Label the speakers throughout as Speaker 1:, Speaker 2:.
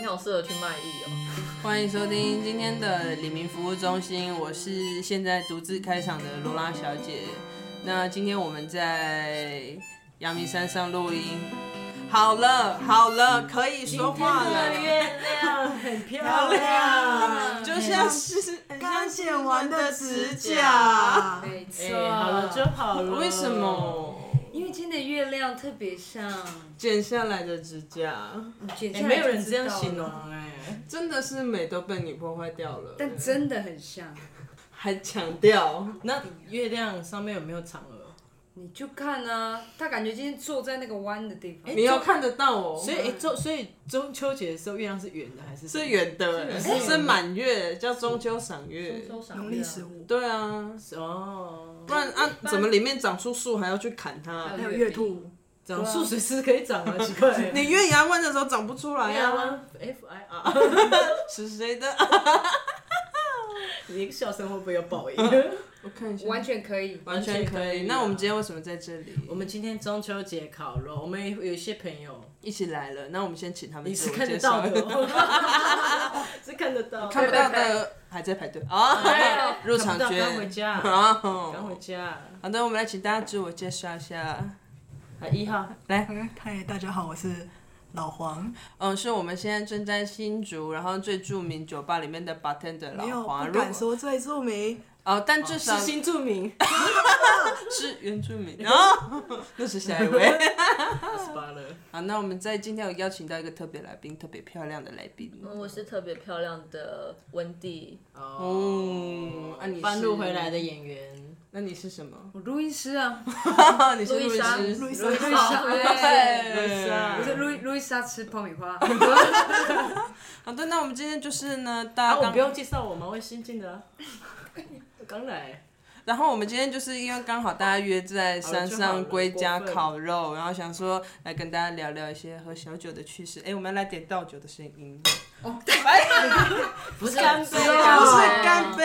Speaker 1: 你好适合去卖艺哦。
Speaker 2: 欢迎收听今天的李明服务中心，我是现在独自开场的罗拉小姐。那今天我们在阳明山上录音。好了好了，可以说话了。
Speaker 3: 月亮很
Speaker 2: 漂
Speaker 3: 漂
Speaker 2: 亮，
Speaker 3: 亮，
Speaker 2: 就像是
Speaker 3: 刚剪完的指
Speaker 2: 甲
Speaker 3: 甲。哎
Speaker 4: 没错，
Speaker 3: 好了就好了。
Speaker 2: 为什？么
Speaker 4: 因为今天的月亮特别像，
Speaker 2: 剪下来的指甲
Speaker 4: 剪下
Speaker 3: 哎、
Speaker 4: 来
Speaker 3: 没有人
Speaker 4: 就知
Speaker 3: 这样
Speaker 4: 道
Speaker 3: 形容
Speaker 4: 了，
Speaker 3: 哎、
Speaker 2: 真的是美都被你破坏掉了，
Speaker 4: 但真的很像。
Speaker 2: 还强调
Speaker 3: 那月亮上面有没有嫦娥？
Speaker 4: 你就看啊，他感觉今天坐在那个弯的地方
Speaker 3: 哎，
Speaker 2: 你要看得到哦，
Speaker 3: 所以哎中、所以中秋节的时候月亮是圆的还是
Speaker 2: 是圆的，
Speaker 3: 是圆的
Speaker 2: 是满月，叫中秋赏月。
Speaker 1: 中
Speaker 4: 哎
Speaker 1: 秋赏月啊
Speaker 5: 五，
Speaker 2: 对啊，
Speaker 3: 哦
Speaker 2: 不？然啊，怎么里面长出树还要去砍它？
Speaker 1: 还有月
Speaker 5: 月
Speaker 1: 兔
Speaker 5: 兔，
Speaker 3: 长树随时可以长啊，奇 怪。
Speaker 2: 你月牙湾的时候长不出
Speaker 3: 台
Speaker 2: 来呀，
Speaker 3: 湾啊 F I R，
Speaker 2: 是谁的？
Speaker 3: 你一个笑声会不会有报应？
Speaker 2: 我看一下，
Speaker 4: 完全可以。
Speaker 2: 完全
Speaker 3: 完全
Speaker 2: 可
Speaker 3: 可
Speaker 2: 以。
Speaker 3: 以啊
Speaker 2: 那我们今天为什么在这里？
Speaker 3: 我们今天中秋节烤肉，我们有一些朋友
Speaker 2: 一起来了，那我们先请他们
Speaker 3: 你
Speaker 2: 自
Speaker 3: 是
Speaker 2: 我
Speaker 3: 看
Speaker 2: 介
Speaker 3: 得
Speaker 2: 绍
Speaker 3: 到
Speaker 2: 一
Speaker 3: 的
Speaker 2: 下。
Speaker 3: 哦，是看得到的，
Speaker 2: 看不到
Speaker 4: 拜
Speaker 2: 的还在排队啊
Speaker 3: 哎，
Speaker 2: 入场
Speaker 3: 看不到刚回
Speaker 2: 券。
Speaker 3: 家，
Speaker 2: 啊
Speaker 3: 刚回家。
Speaker 2: 好的，我们来请大家自我介绍一下。
Speaker 3: 啊，一号，
Speaker 2: 来，
Speaker 5: 嗨，大家好，我是老黄，
Speaker 2: 嗯，是我们现在正在新竹，然后最著名酒吧里面的 bartender
Speaker 5: 没有
Speaker 2: 老黄。
Speaker 5: 不
Speaker 2: 如果
Speaker 5: 敢说最著名，
Speaker 2: 哦，但至少
Speaker 3: 是新著名，
Speaker 2: 是原住 民，然后那是下一位。
Speaker 3: 十八了。
Speaker 2: 哦 好，那我们在今天有邀请到一个特别来宾，特别漂亮的来宾。
Speaker 1: 嗯，我是特别漂亮的温蒂，
Speaker 2: 哦，那、你是
Speaker 3: 半路回来的，演员，
Speaker 2: 那你是什么？
Speaker 4: 我录音师啊，
Speaker 2: 你是
Speaker 1: 路易莎
Speaker 2: 师
Speaker 5: 路易莎
Speaker 4: 路易莎，
Speaker 1: 哦
Speaker 4: 对
Speaker 2: 路易莎
Speaker 4: 我是路易路易莎吃爆米花，
Speaker 2: 好的，那我们今天就是呢，
Speaker 3: 啊，
Speaker 2: 大家
Speaker 3: 我
Speaker 2: 刚
Speaker 3: 不用介绍我吗？我新进的啊， 我刚来，
Speaker 2: 然后我们今天就是因为刚好大家约在山上归家烤肉，然后想说来跟大家聊聊一些喝小酒的趣事。哎，我们来点倒酒的声音，
Speaker 4: 哦
Speaker 3: 不是干杯
Speaker 2: 不
Speaker 3: 啊，
Speaker 1: 倒酒
Speaker 2: 是干杯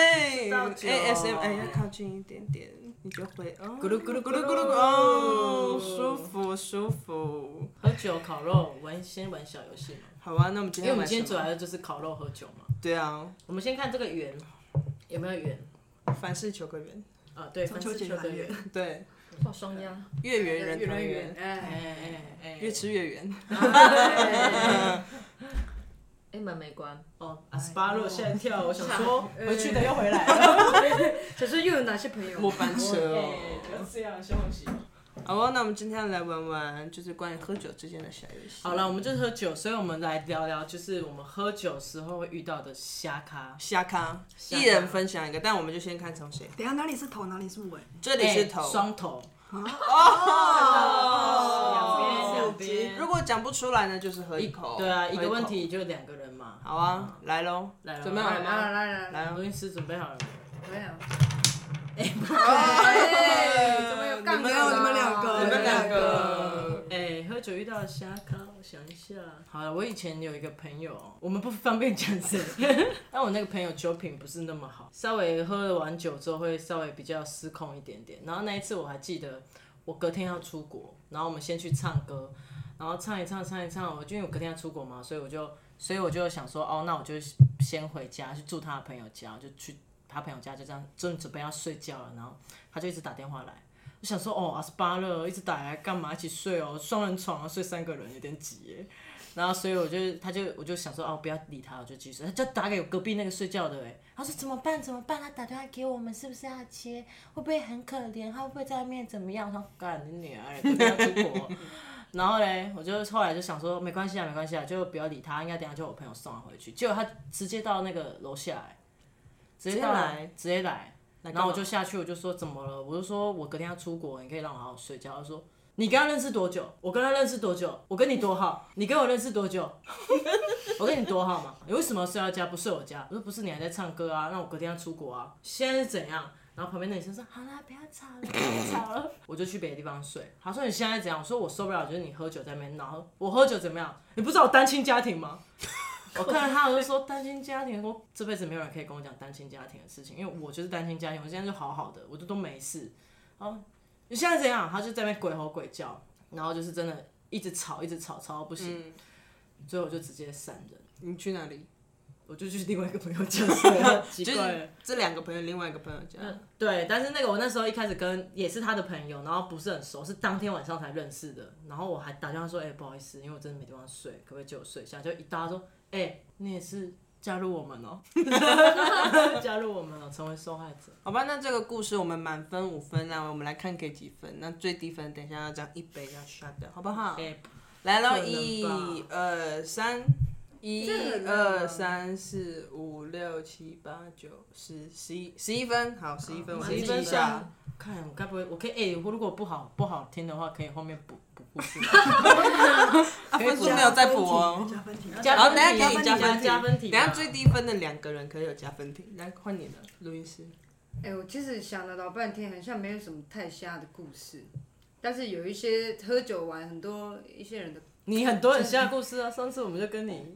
Speaker 3: 倒酒
Speaker 2: ，ASM，哎，要靠近一点点，你就会哦，
Speaker 3: 咕噜咕噜咕噜咕噜
Speaker 2: 哦，舒服舒服。
Speaker 3: 喝酒烤肉，玩先玩小游戏嘛，
Speaker 2: 好啊，那我们今
Speaker 3: 因为
Speaker 2: 天
Speaker 3: 我们今天主
Speaker 2: 玩什么
Speaker 3: 要就是烤肉喝酒嘛。
Speaker 2: 对啊，
Speaker 3: 我们先看这个圆有没有圆
Speaker 2: 凡事求 个圆，
Speaker 3: 啊？对，
Speaker 5: 中秋
Speaker 3: 凡事
Speaker 5: 节
Speaker 3: 求个
Speaker 5: 团圆
Speaker 3: 圆。
Speaker 2: 对，
Speaker 1: 哇，双鸭，
Speaker 2: 月圆人团圆，
Speaker 3: 哎
Speaker 4: 哎，
Speaker 3: 哎哎，啊
Speaker 2: 越吃越 圆。
Speaker 1: 哎，门没关，
Speaker 3: 哦，阿斯巴洛吓一跳，我想说
Speaker 4: 哎
Speaker 3: 回去的又回来了，
Speaker 4: 小时候又有哪些朋
Speaker 2: 末
Speaker 4: 友？
Speaker 2: 班车哦。
Speaker 3: 哎不要这样，休息。
Speaker 2: 好啊，那我们今天来玩玩，就是关于喝酒之间的小游戏。
Speaker 3: 好了，我们就是喝酒，所以我们来聊聊，就是我们喝酒时候会遇到的瞎咖。
Speaker 2: 瞎咖，
Speaker 3: 瞎咖
Speaker 2: 一人分享一个，但我们就先看从谁。
Speaker 5: 等一下哪里是头，哪里是尾？
Speaker 2: 这里是头
Speaker 3: 哎，双头，
Speaker 2: 哦
Speaker 3: 两边两边
Speaker 2: 如果讲不出来呢，就是喝一口。
Speaker 3: 对啊，
Speaker 2: 喝
Speaker 3: 一个问。题就两个人嘛。
Speaker 2: 好啊，来喽，
Speaker 3: 来咯
Speaker 2: 准备好
Speaker 4: 来
Speaker 2: 了吗？
Speaker 4: 来来来，
Speaker 2: 来
Speaker 3: 录
Speaker 2: 哦，
Speaker 3: 音师准备好了吗？
Speaker 4: 没有，
Speaker 2: 哎
Speaker 4: 怎么有
Speaker 2: 你
Speaker 4: 杠
Speaker 2: 们
Speaker 4: 杆
Speaker 2: 要
Speaker 4: 啊？
Speaker 5: 你们两个
Speaker 2: 你们两个
Speaker 3: 哎、喝酒遇到的瞎咖，我想一下。好了，我以前有一个朋友，我们不方便讲谁， 但我那个朋友酒品不是那么好，稍微喝了完酒之后会稍微比较失控一点点。然后那一次我还记得，我隔天要出国，然后我们先去唱歌，然后唱一唱唱一唱，我就因为我隔天要出国嘛，所以我就所以我就想说，哦，那我就先回家去住他的朋友家，我就去他朋友家，就这样正准备要睡觉了，然后他就一直打电话来。我想说，哦，阿斯巴勒一直打来干嘛？一起睡哦，双人床啊，睡三个人有点挤耶。然后，所以我就，他就，我就想说，哦，不要理他，我就继续睡。他就打给我隔壁那个睡觉的，哎，他说怎么办？怎么办？他打电话给我们，是不是要接？会不会很可怜？他会不会在外面怎么样？我说干你女儿，隔壁要出国。 然后嘞，我就后来就想说，没关系啊，没关系啊，就不要理他，应该等一下就我朋友送他回去。结果他直接到那个楼下来，直接到来，直接来，
Speaker 2: 来干嘛
Speaker 3: 然后我就下去，我就说怎么了？我就说我隔天要出国，你可以让我好好睡觉。他说你跟他认识多久？我跟他认识多久？我跟你多好？你跟我认识多久？我跟你多好嘛？你为什么要睡他家不睡我家？我说不是，你还在唱歌啊？那我隔天要出国啊？现在是怎样？然后旁边那女生说：“好啦，不要吵了，不要吵了。”我就去别的地方睡。他说：“你现在怎样？”我说：“我受不了，就是你喝酒在那边闹。我喝酒怎么样？你不知道我单亲家庭吗？” 我看着他，我就说：“单亲家庭，我这辈子没有人可以跟我讲单亲家庭的事情，因为我就是单亲家庭，我现在就好好的，我就都没事。”哦，你现在怎样？他就在那边鬼吼鬼叫，然后就是真的一直吵，一直吵，吵到不行。
Speaker 2: 嗯，
Speaker 3: 最后我就直接闪人。
Speaker 2: 你去哪里？
Speaker 3: 我就去另外一个朋友家 睡了，奇
Speaker 2: 就
Speaker 3: 怪了
Speaker 2: 是。这两个朋友，另外一个朋友家。
Speaker 1: 嗯
Speaker 3: 对，但是那个我那时候一开始跟也是他的朋友，然后不是很熟，是当天晚上才认识的。然后我还打电话说，哎、不好意思，因为我真的没地方睡，可不可以借我睡一下？就一大家说，哎、你也是加入我们 哦、加入我们哦、成为受害者。
Speaker 2: 好吧，那这个故事我们满分五分那我们来看给几分。那最低分等一下要这样一杯要刷掉，好不好？
Speaker 3: 哎、
Speaker 2: 来
Speaker 3: 不可
Speaker 2: 喽，
Speaker 3: 能
Speaker 2: 一
Speaker 3: 吧
Speaker 2: 二三，一
Speaker 4: 这很难
Speaker 2: 二
Speaker 4: 吧
Speaker 2: 三四五六七八九十十一十一分，好，十一分，我
Speaker 3: 好
Speaker 2: 先
Speaker 3: 11分哦
Speaker 2: 记一下。
Speaker 3: 看我该不会，我可以哎、我如果不好不好听的话，可以后面补补故 事。
Speaker 2: 啊，
Speaker 3: 可以
Speaker 2: 分数没有再补哦。
Speaker 5: 加分题，
Speaker 2: 然后等一下可以加
Speaker 5: 加分
Speaker 2: 分
Speaker 5: 题
Speaker 2: 题，
Speaker 3: 加分题啊
Speaker 2: 等一下最低分的两个人可以有加分题。来，换你了，录音师。
Speaker 4: 哎、我其实想了老半天，好像没有什么太瞎的故事，但是有一些喝酒玩很多一些人的，
Speaker 3: 你很多很像的故事啊，上次我们就跟你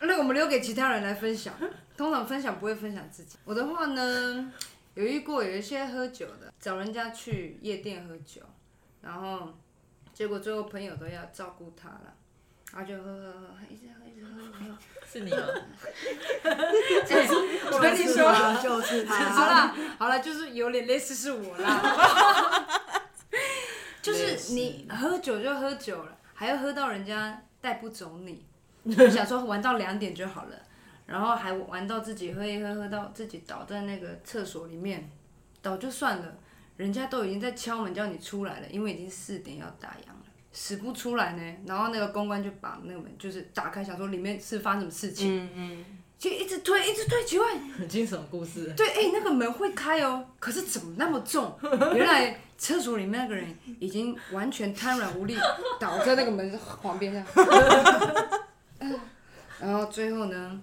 Speaker 4: 那我们留给其他人来分享。通常分享不会分享自己。我的话呢，有遇过有一些喝酒的，找人家去夜店喝酒，然后结果最后朋友都要照顾他了，然后就喝喝喝，一直喝一直喝一直喝。
Speaker 1: 是你吗？
Speaker 4: 哎我跟你
Speaker 5: 就是
Speaker 4: 说，
Speaker 5: 他，就是
Speaker 4: 好
Speaker 5: 他，
Speaker 4: 啦，好啦，就是有点类似是我啦，就是你喝酒就喝酒了，还要喝到人家带不走你，就想说玩到两点就好了，然后还玩到自己喝一喝，喝到自己倒在那个厕所里面，倒就算了，人家都已经在敲门叫你出来了，因为已经四点要打烊了。死不出来呢，然后那个公关就把那个门就是打开，想说里面是发生什么事情，
Speaker 2: 嗯嗯，
Speaker 4: 就一直推，一直推，奇怪，
Speaker 3: 很惊悚的故事。
Speaker 4: 对，哎、那个门会开哦，可是怎么那么重？ 原来厕所里面那个人已经完全瘫软无力，倒在那个门旁边这样。 然后最后呢，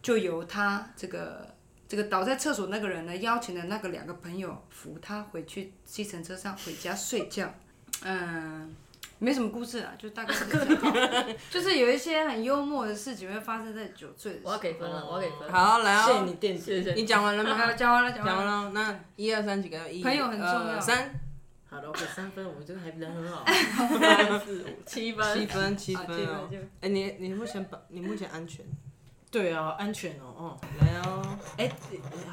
Speaker 4: 就由他这个这个倒在厕所那个人呢，邀请的那个两个朋友扶他回去计程车上回家睡觉。嗯，没什么故事啊，就大概是这样。 就是有一些很幽默的事情会发生在酒醉的时
Speaker 1: 我
Speaker 4: 候
Speaker 1: 要。给分了，我要给分。，
Speaker 2: 好，来
Speaker 3: 谢谢
Speaker 2: 哦，
Speaker 3: 你垫底。
Speaker 1: 谢谢。
Speaker 2: 你讲完了吗？
Speaker 4: 好讲完了，讲
Speaker 2: 讲
Speaker 4: 完了啊
Speaker 2: 完。了，那一二三几个？一
Speaker 4: 朋友很重要
Speaker 2: 二三
Speaker 3: 好了，我给三分，我觉得还人很好。
Speaker 1: 七
Speaker 2: 七分，七
Speaker 4: 啊
Speaker 1: 分，
Speaker 2: 分
Speaker 4: 七分
Speaker 2: 哦
Speaker 4: 七分。
Speaker 2: 哎，你你目前保你目前安全，
Speaker 3: 对啊，安全哦，哦。
Speaker 2: 来哦。
Speaker 3: 哎、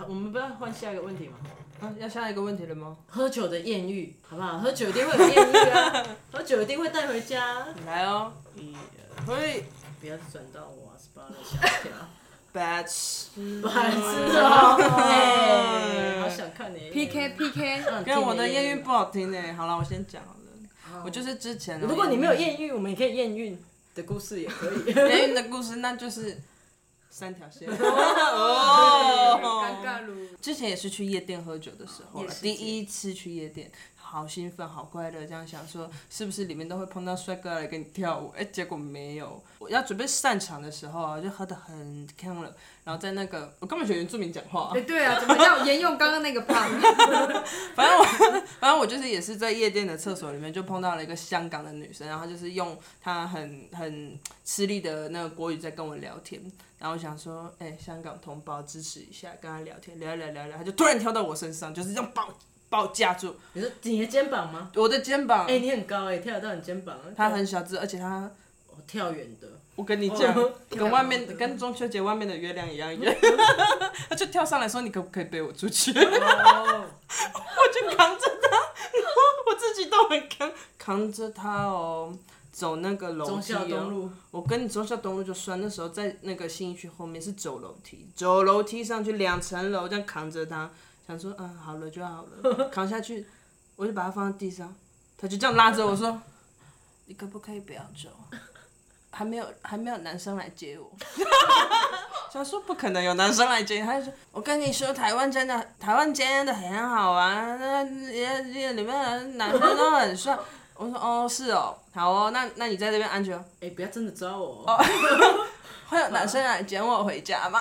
Speaker 3: 我们不要换下一个问题吗？
Speaker 2: 啊，要下一个问题了吗？
Speaker 3: 喝酒的艳遇，好不 好？喝酒一定会有艳遇啊， 喝酒一定会带回家。
Speaker 2: 来哦，一二嘿
Speaker 3: 哎不要转到我啊十八的下条，
Speaker 2: ，batch，
Speaker 3: 白痴 哦！哎，好想看你嗯
Speaker 4: PK PK，
Speaker 2: 跟我的艳遇不好听呢。好了，我先讲好了，我就是之前哦，
Speaker 3: 如果你没有艳遇，我们也可以艳遇的故事也可以。
Speaker 2: 艳遇的故事，那就是三条线。哦
Speaker 3: 어.
Speaker 4: 尴尬噜。
Speaker 2: 之前也是去夜店喝酒的时候啦
Speaker 4: 夜，市
Speaker 2: 第
Speaker 4: 街
Speaker 2: 一次去夜店，好兴奋，好快乐，这样想说是不是里面都会碰到帅哥来跟你跳舞？哎、结果没有。我要准备散场的时候啊，就喝得很呛了，然后在那个我根本觉得原住民讲话啊、
Speaker 4: 哎，对啊，怎么叫沿用刚刚那个 part？
Speaker 2: 反正我，反正我就是也是在夜店的厕所里面就碰到了一个香港的女生，然后她就是用她很很吃力的那个国语在跟我聊天，然后我想说，哎、香港同胞支持一下，跟她聊天，聊一聊聊一聊，她就突然跳到我身上，就是这样把我把我架住，
Speaker 3: 你说你的肩膀吗？
Speaker 2: 我的肩膀，
Speaker 3: 哎，你很高哎，跳得到你肩膀。
Speaker 2: 她很小只，而且她，
Speaker 3: 我跳远的，
Speaker 2: 我跟你讲
Speaker 3: 哦，
Speaker 2: 跟外面跟中秋节外面的月亮一样圆，
Speaker 3: 嗯
Speaker 2: 她就跳上来说，你可不可以背我出去？
Speaker 3: 哦
Speaker 2: 我就扛着它，然后我自己都很扛，扛着它哦，走那个楼
Speaker 3: 中
Speaker 2: 梯、
Speaker 3: 孝东
Speaker 2: 哦。
Speaker 3: 路
Speaker 2: 我跟你中孝东路就算，那时候在那个信义区后面是走楼梯，走楼梯上去两层楼，这样扛着它，想说嗯好了就好 了，扛下去，我就把它放在地上，它就这样拉着我说，你可不可以不要走？还没有还没有男生来接 我。想说不可能有男生来接，他就说：“我跟你说，台湾真的，台湾真的很好玩，那也也里面的男生都很帅。”我说：“哦，是哦，好哦，那那你在这边安全哦。
Speaker 3: 哎，不要真的抓我哦。
Speaker 2: 会有男生来捡我回家吗？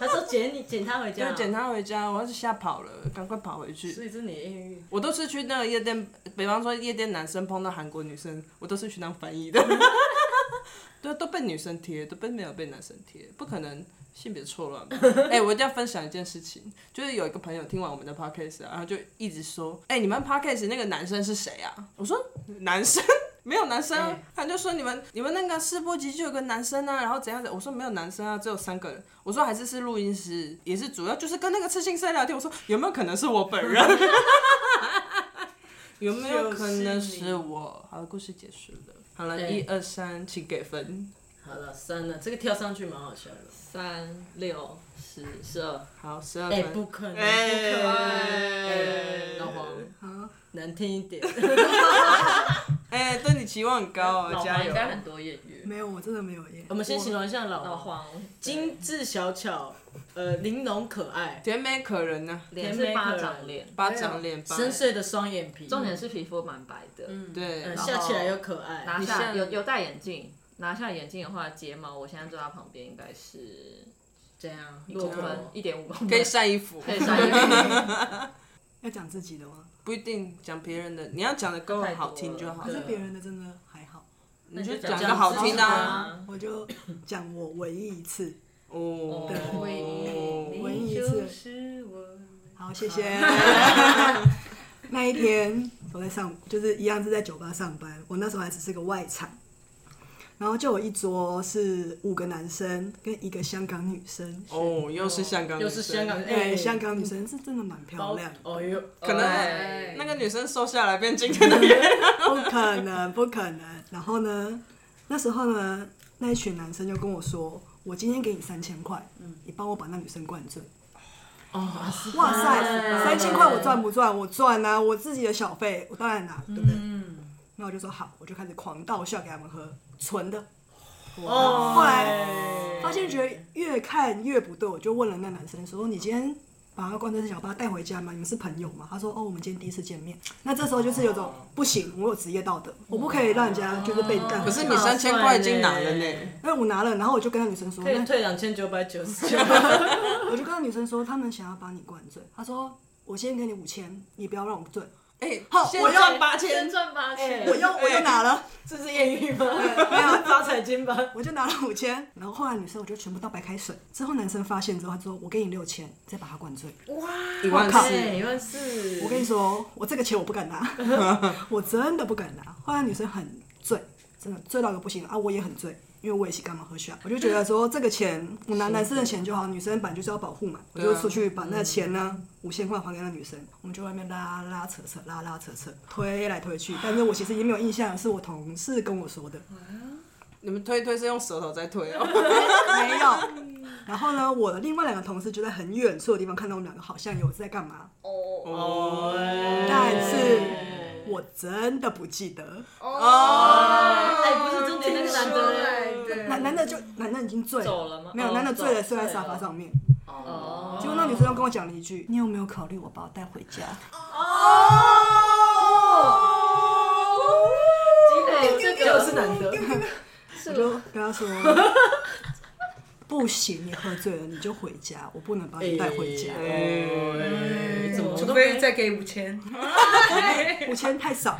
Speaker 3: 他说捡你捡他回
Speaker 2: 就
Speaker 3: 家，哦
Speaker 2: 捡。他回家，我要是吓跑了，赶快跑回去。
Speaker 3: 所以这是你的艳遇。
Speaker 2: 我都是去那个夜店，比方说夜店男生碰到韩国女生，我都是去当翻译的。对， 都被女生贴，都被没有被男生贴，不可能性别错乱吧。 哎、我一定要分享一件事情，就是有一个朋友听完我们的 podcast，啊然后就一直说，哎、你们 podcast 那个男生是谁啊？我说男生， 没有男生啊、
Speaker 3: 哎
Speaker 2: 他就说你们你们那个试播集就有个男生啊，然后怎样的？我说没有男生啊，只有三个人。我说还是是录音师，也是主要就是跟那个刺青师在聊天。我说有没有可能是我本人？ 有没有可能是我？好了，故事结束了。好了，
Speaker 3: 对
Speaker 2: 一二三，请给分。
Speaker 3: 好了，删了，这个跳上去蛮好笑的。
Speaker 1: 三六十十二，
Speaker 2: 好，十二
Speaker 3: 哎、
Speaker 2: 分。
Speaker 3: 不可能，
Speaker 2: 哎
Speaker 3: 不可能，
Speaker 2: 哎
Speaker 3: 老黄
Speaker 5: 啊，
Speaker 3: 难听一 点。
Speaker 2: 哎，对你期望很高哦，
Speaker 1: 老
Speaker 2: 加
Speaker 1: 黄
Speaker 2: 油
Speaker 1: 应！该很多业余。
Speaker 5: 没有，我真的没有耶。
Speaker 2: 嗯
Speaker 3: 我们先形容一下老
Speaker 1: 老
Speaker 3: 老黄，
Speaker 1: 黄
Speaker 3: 精致小巧，呃，玲珑可爱，
Speaker 2: 甜美可人呢、
Speaker 1: 脸是巴掌脸，
Speaker 2: 巴掌脸巴。
Speaker 3: 深邃的双眼皮，
Speaker 1: 重点是皮肤蛮白的。
Speaker 2: 对，
Speaker 3: 呃
Speaker 2: 然后
Speaker 3: 笑起来又可爱。
Speaker 1: 拿
Speaker 2: 你
Speaker 1: 下
Speaker 2: 像
Speaker 1: 有有戴眼镜，拿下眼镜的话，睫毛我现在坐在旁边应该是
Speaker 3: 怎样？
Speaker 1: 一公
Speaker 3: 落
Speaker 1: 分
Speaker 3: 魄
Speaker 1: 一点五公分，
Speaker 2: 可以晒衣服，
Speaker 1: 可以晒一个。
Speaker 5: 要讲自己的吗？
Speaker 2: 不一定讲别人的，你要讲的够
Speaker 1: 太多
Speaker 2: 好听就好
Speaker 5: 可
Speaker 3: 了。
Speaker 5: 是别人的真的还好，
Speaker 1: 你
Speaker 2: 啊就讲个好听的啊
Speaker 5: 我就讲我唯一一次。
Speaker 2: 哦，
Speaker 4: 唯一，
Speaker 5: 唯一
Speaker 4: 你
Speaker 5: 一次
Speaker 4: 就是我。
Speaker 5: 好，谢谢。那一天我在上，就是一样是在酒吧上班，我那时候还只是个外场，然后就有一桌是五个男生跟一个香港女生，
Speaker 2: 哦，又是香港，
Speaker 3: 又是香港，，
Speaker 5: 哎、
Speaker 3: 哎，
Speaker 5: 香港女生是真的蛮漂
Speaker 3: 包
Speaker 5: 亮的，
Speaker 3: 哦哟，
Speaker 2: 可能
Speaker 1: 哎
Speaker 2: 那个女生瘦下来变 今天的脸。
Speaker 5: 不可能，不可能。然后呢，那时候呢，那一群男生就跟我说，我今天给你三千块，你帮我把那女生灌醉。
Speaker 3: 嗯哦，
Speaker 5: 哇塞，
Speaker 1: 哎
Speaker 5: 三千块我赚不赚？我赚啊，我自己的小费我当然拿，对不
Speaker 3: 嗯
Speaker 5: 对？
Speaker 1: 嗯
Speaker 5: 那我就说好，我就开始狂倒笑给他们喝，纯的。
Speaker 3: 哦
Speaker 5: 后来发现觉得越看越不对，我就问了那男生说：“你今天把他关在小巴带回家吗？你们是朋友吗？”他说：“哦，我们今天第一次见面。”那这时候就是有种不行，我有职业道德，我不可以让人家就是被你干。
Speaker 2: 可是你三千块已经拿了呢，
Speaker 5: 因为我拿了，然后我就跟那女生说：“
Speaker 3: 可以
Speaker 5: 那
Speaker 3: 退两千九百九十九，
Speaker 5: 我就跟那女生说，他们想要把你灌醉。”他说：“我先给你五千，你不要让我醉。”
Speaker 2: 哎，
Speaker 5: 好
Speaker 2: 现
Speaker 5: 我
Speaker 2: 在
Speaker 5: 要
Speaker 2: 八
Speaker 1: 先
Speaker 2: 千，
Speaker 1: 赚八千，
Speaker 5: 我又我又拿了，
Speaker 3: 这是艳遇吗？
Speaker 5: 没有
Speaker 3: 发财金吧？
Speaker 5: 我就拿了五千，然后后来女生我就全部倒白开水。之后男生发现之后，他说我给你六千，再把他灌醉。
Speaker 2: 一万
Speaker 5: 靠
Speaker 2: 四，
Speaker 3: 一万四，
Speaker 5: 我跟你说，哦我这个钱我不敢拿， 我真的不敢拿。后来女生很醉，真的醉到一个不行啊，我也很醉。因为我也是干嘛喝下，我就觉得说这个钱我拿男生的钱就好，女生本来就是要保护嘛，我就出去把那钱呢五千块还给那女生，我们就外面拉拉扯扯，拉拉扯扯，推来推去，但是我其实已经没有印象了，是我同事跟我说的，
Speaker 2: 你们推推是用舌头在推哦。
Speaker 5: 没
Speaker 1: 嗯
Speaker 5: 有。然后呢，我的另外两个同事就在很远处的地方看到我们两个好像有在干嘛，
Speaker 1: 哦
Speaker 2: 哦
Speaker 5: 但是我真的不记得。
Speaker 2: 哦，
Speaker 1: 哎，不是重点，那个男的
Speaker 4: 对
Speaker 5: 男男的就男的已经醉了，
Speaker 1: 走了吗
Speaker 5: 没有，
Speaker 1: 哦
Speaker 5: 男的醉了
Speaker 1: 走
Speaker 5: 睡在
Speaker 1: 醉
Speaker 5: 沙发
Speaker 1: 了
Speaker 5: 上面。
Speaker 1: 哦，
Speaker 5: 结果那女生又跟我讲了一句：“你有没有考虑我把我带回家
Speaker 2: 哦
Speaker 1: 哎这
Speaker 3: 又
Speaker 1: 个
Speaker 3: 是男的，？”
Speaker 5: 我就跟他 说：“不行，你喝醉了你就回家，我不能把你带回家，
Speaker 1: 哎
Speaker 3: 哎怎么
Speaker 4: 嗯除非再给五千，
Speaker 5: 五千太 少。”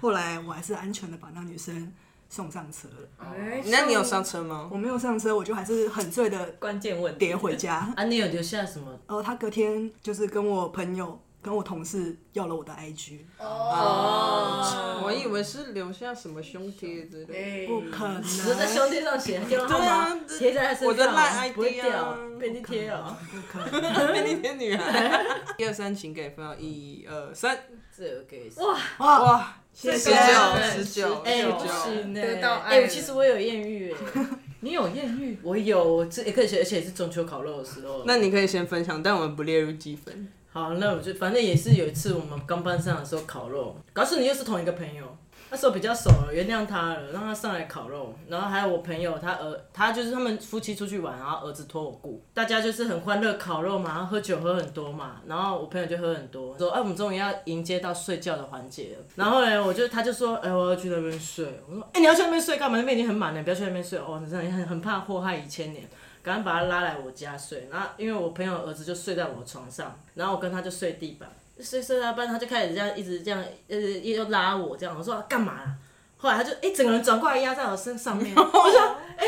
Speaker 5: 后来我还是安全的把那女生送上车了。
Speaker 1: 哦
Speaker 2: 那你有上车吗？
Speaker 5: 我没有上车，我就还是很醉的
Speaker 1: 关键问题
Speaker 5: 跌回家。
Speaker 3: 啊，你有留下什么？
Speaker 5: 然后他隔天就是跟我朋友、跟我同事要了我的 IG，
Speaker 2: 아.
Speaker 4: 아.
Speaker 2: 哦，我以为是留下什么胸贴之类的。
Speaker 5: 不可能，
Speaker 3: 你说在胸贴上写电话号
Speaker 2: 对
Speaker 3: 码
Speaker 2: 啊，
Speaker 3: 贴在他身上，
Speaker 2: 我的烂 ID 啊
Speaker 3: 不会掉，便利贴哦。
Speaker 5: 不可能。
Speaker 2: 便利贴女孩，一二三，请给分哦，一二三，
Speaker 3: 这有给
Speaker 1: 哇，
Speaker 5: 哇，
Speaker 2: 哇，
Speaker 5: 谢
Speaker 2: 十
Speaker 5: 谢
Speaker 2: 九，
Speaker 1: 十
Speaker 2: 十
Speaker 1: 九
Speaker 2: 九，
Speaker 3: 哎，
Speaker 2: 十
Speaker 3: 不
Speaker 2: 九，
Speaker 3: 行呢，
Speaker 4: 得到爱
Speaker 3: 哎，
Speaker 4: 了
Speaker 3: 其实我有艳遇，哎你有艳遇？我有，我这而且而且是中秋烤肉的时候。
Speaker 2: 那你可以先分享，但我们不列入积分。
Speaker 3: 好，那我就反正也是有一次我们刚班上的时候烤肉，告诉你又是同一个朋友，那时候比较熟了，原谅他了，让他上来烤肉。然后还有我朋友他儿，他就是他们夫妻出去玩，然后儿子托我顾，大家就是很欢乐烤肉嘛，然后喝酒喝很多嘛，然后我朋友就喝很多，说哎、我们终于要迎接到睡觉的环节了。然后呢，我就他就说哎、我要去那边睡，我说哎、你要去那边睡干嘛？那边已经很满了，你不要去那边睡哦，你真的很很怕祸害一千年。赶快把他拉来我家睡。然后因为我朋友儿子就睡在我床上，然后我跟他就睡地板，睡睡到一半他就开始这样一直这样，呃，又拉我这样，我说啊干嘛啦？后来他就哎、整个人转过来压在我身上面，我说哎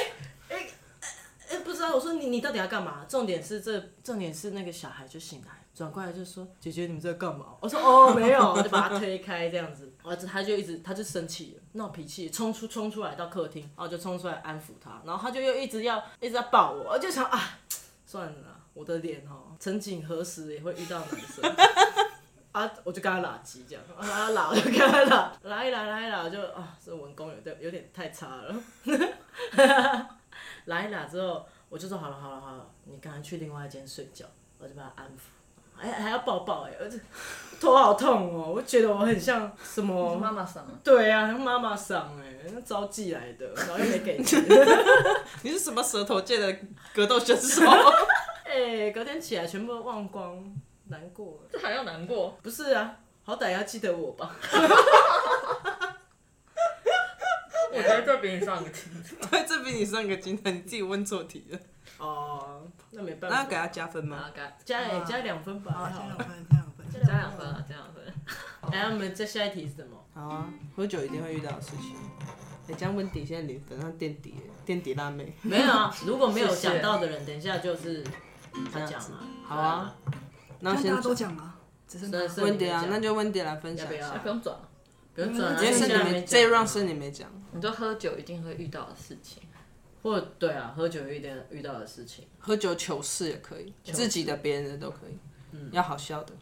Speaker 3: 哎哎不知道，我说你你你到底要干嘛？重点是这，重点是那个小孩就醒来，转过来就说：“姐姐，你们在干嘛？”我说：“哦，没有。”我就把他推开，这样子，儿子他就一直他就生气了，闹脾气，冲出冲出来到客厅，然后我就冲出来安抚他，然后他就又一直要一直要抱我，我就想啊，算了啦，我的脸哦，曾几何时也会遇到男生。 啊，我就跟他拉鸡这样，啊拉，我就跟他拉，拉一拉，拉一拉，我就啊，这文工有点有点太差了， 拉一拉之后，我就说好了好了好了，你赶快去另外一间睡觉，我就把他安抚，还还要抱抱哎、欸，我这 头好痛哦、我觉得我很像什么
Speaker 1: 妈妈桑啊，
Speaker 3: 对啊，像妈妈桑哎、那招寄来的，然后又没给 钱。
Speaker 2: 你是什么舌头界的格斗选手？
Speaker 3: 哎、隔天起来全部都忘光，难过。
Speaker 1: 这还要难过？
Speaker 3: 不是啊，好歹要记得我吧。
Speaker 1: 我觉得这比你上个清楚。
Speaker 2: 对，这比你上个经典，你自己问错题了。
Speaker 3: 哦，那没办
Speaker 2: 那
Speaker 3: 法，
Speaker 2: 要给他加分吗？
Speaker 1: 啊，该
Speaker 3: 加哎加两分吧。
Speaker 5: 好，加
Speaker 3: 好
Speaker 5: 两分，加两分。
Speaker 1: 加两分啊，加两分。
Speaker 3: 来，我们再下一题是什么？
Speaker 2: 好啊，喝酒一定会遇到的事情。哎、这样温迪现在零分，他垫底耶，垫底辣妹。
Speaker 3: 没有 啊，如果没有
Speaker 1: 谢谢
Speaker 3: 讲到的人，等一下就是他讲嘛。
Speaker 2: 好啊，那
Speaker 4: 아,
Speaker 5: 那
Speaker 2: 先
Speaker 5: 大家都讲啊，只剩
Speaker 3: 所以，
Speaker 5: 他
Speaker 3: 所以
Speaker 2: 温
Speaker 3: 你
Speaker 2: 迪啊，
Speaker 3: 讲
Speaker 2: 那就温迪来分
Speaker 3: 要
Speaker 2: 享
Speaker 3: 不
Speaker 2: 一
Speaker 3: 要
Speaker 2: 下。
Speaker 1: 啊不用转了，
Speaker 3: 不用转啊，
Speaker 2: 今天是
Speaker 3: 现
Speaker 2: 你
Speaker 3: 在还没
Speaker 2: 们
Speaker 3: 讲
Speaker 2: 这一 round 是你没讲，
Speaker 1: 你说喝酒一定会遇到的事情，
Speaker 3: 或对啊，喝酒遇点遇到的事情，
Speaker 2: 喝酒糗事嗯也可以，自己的、别人的都可以，要好笑的，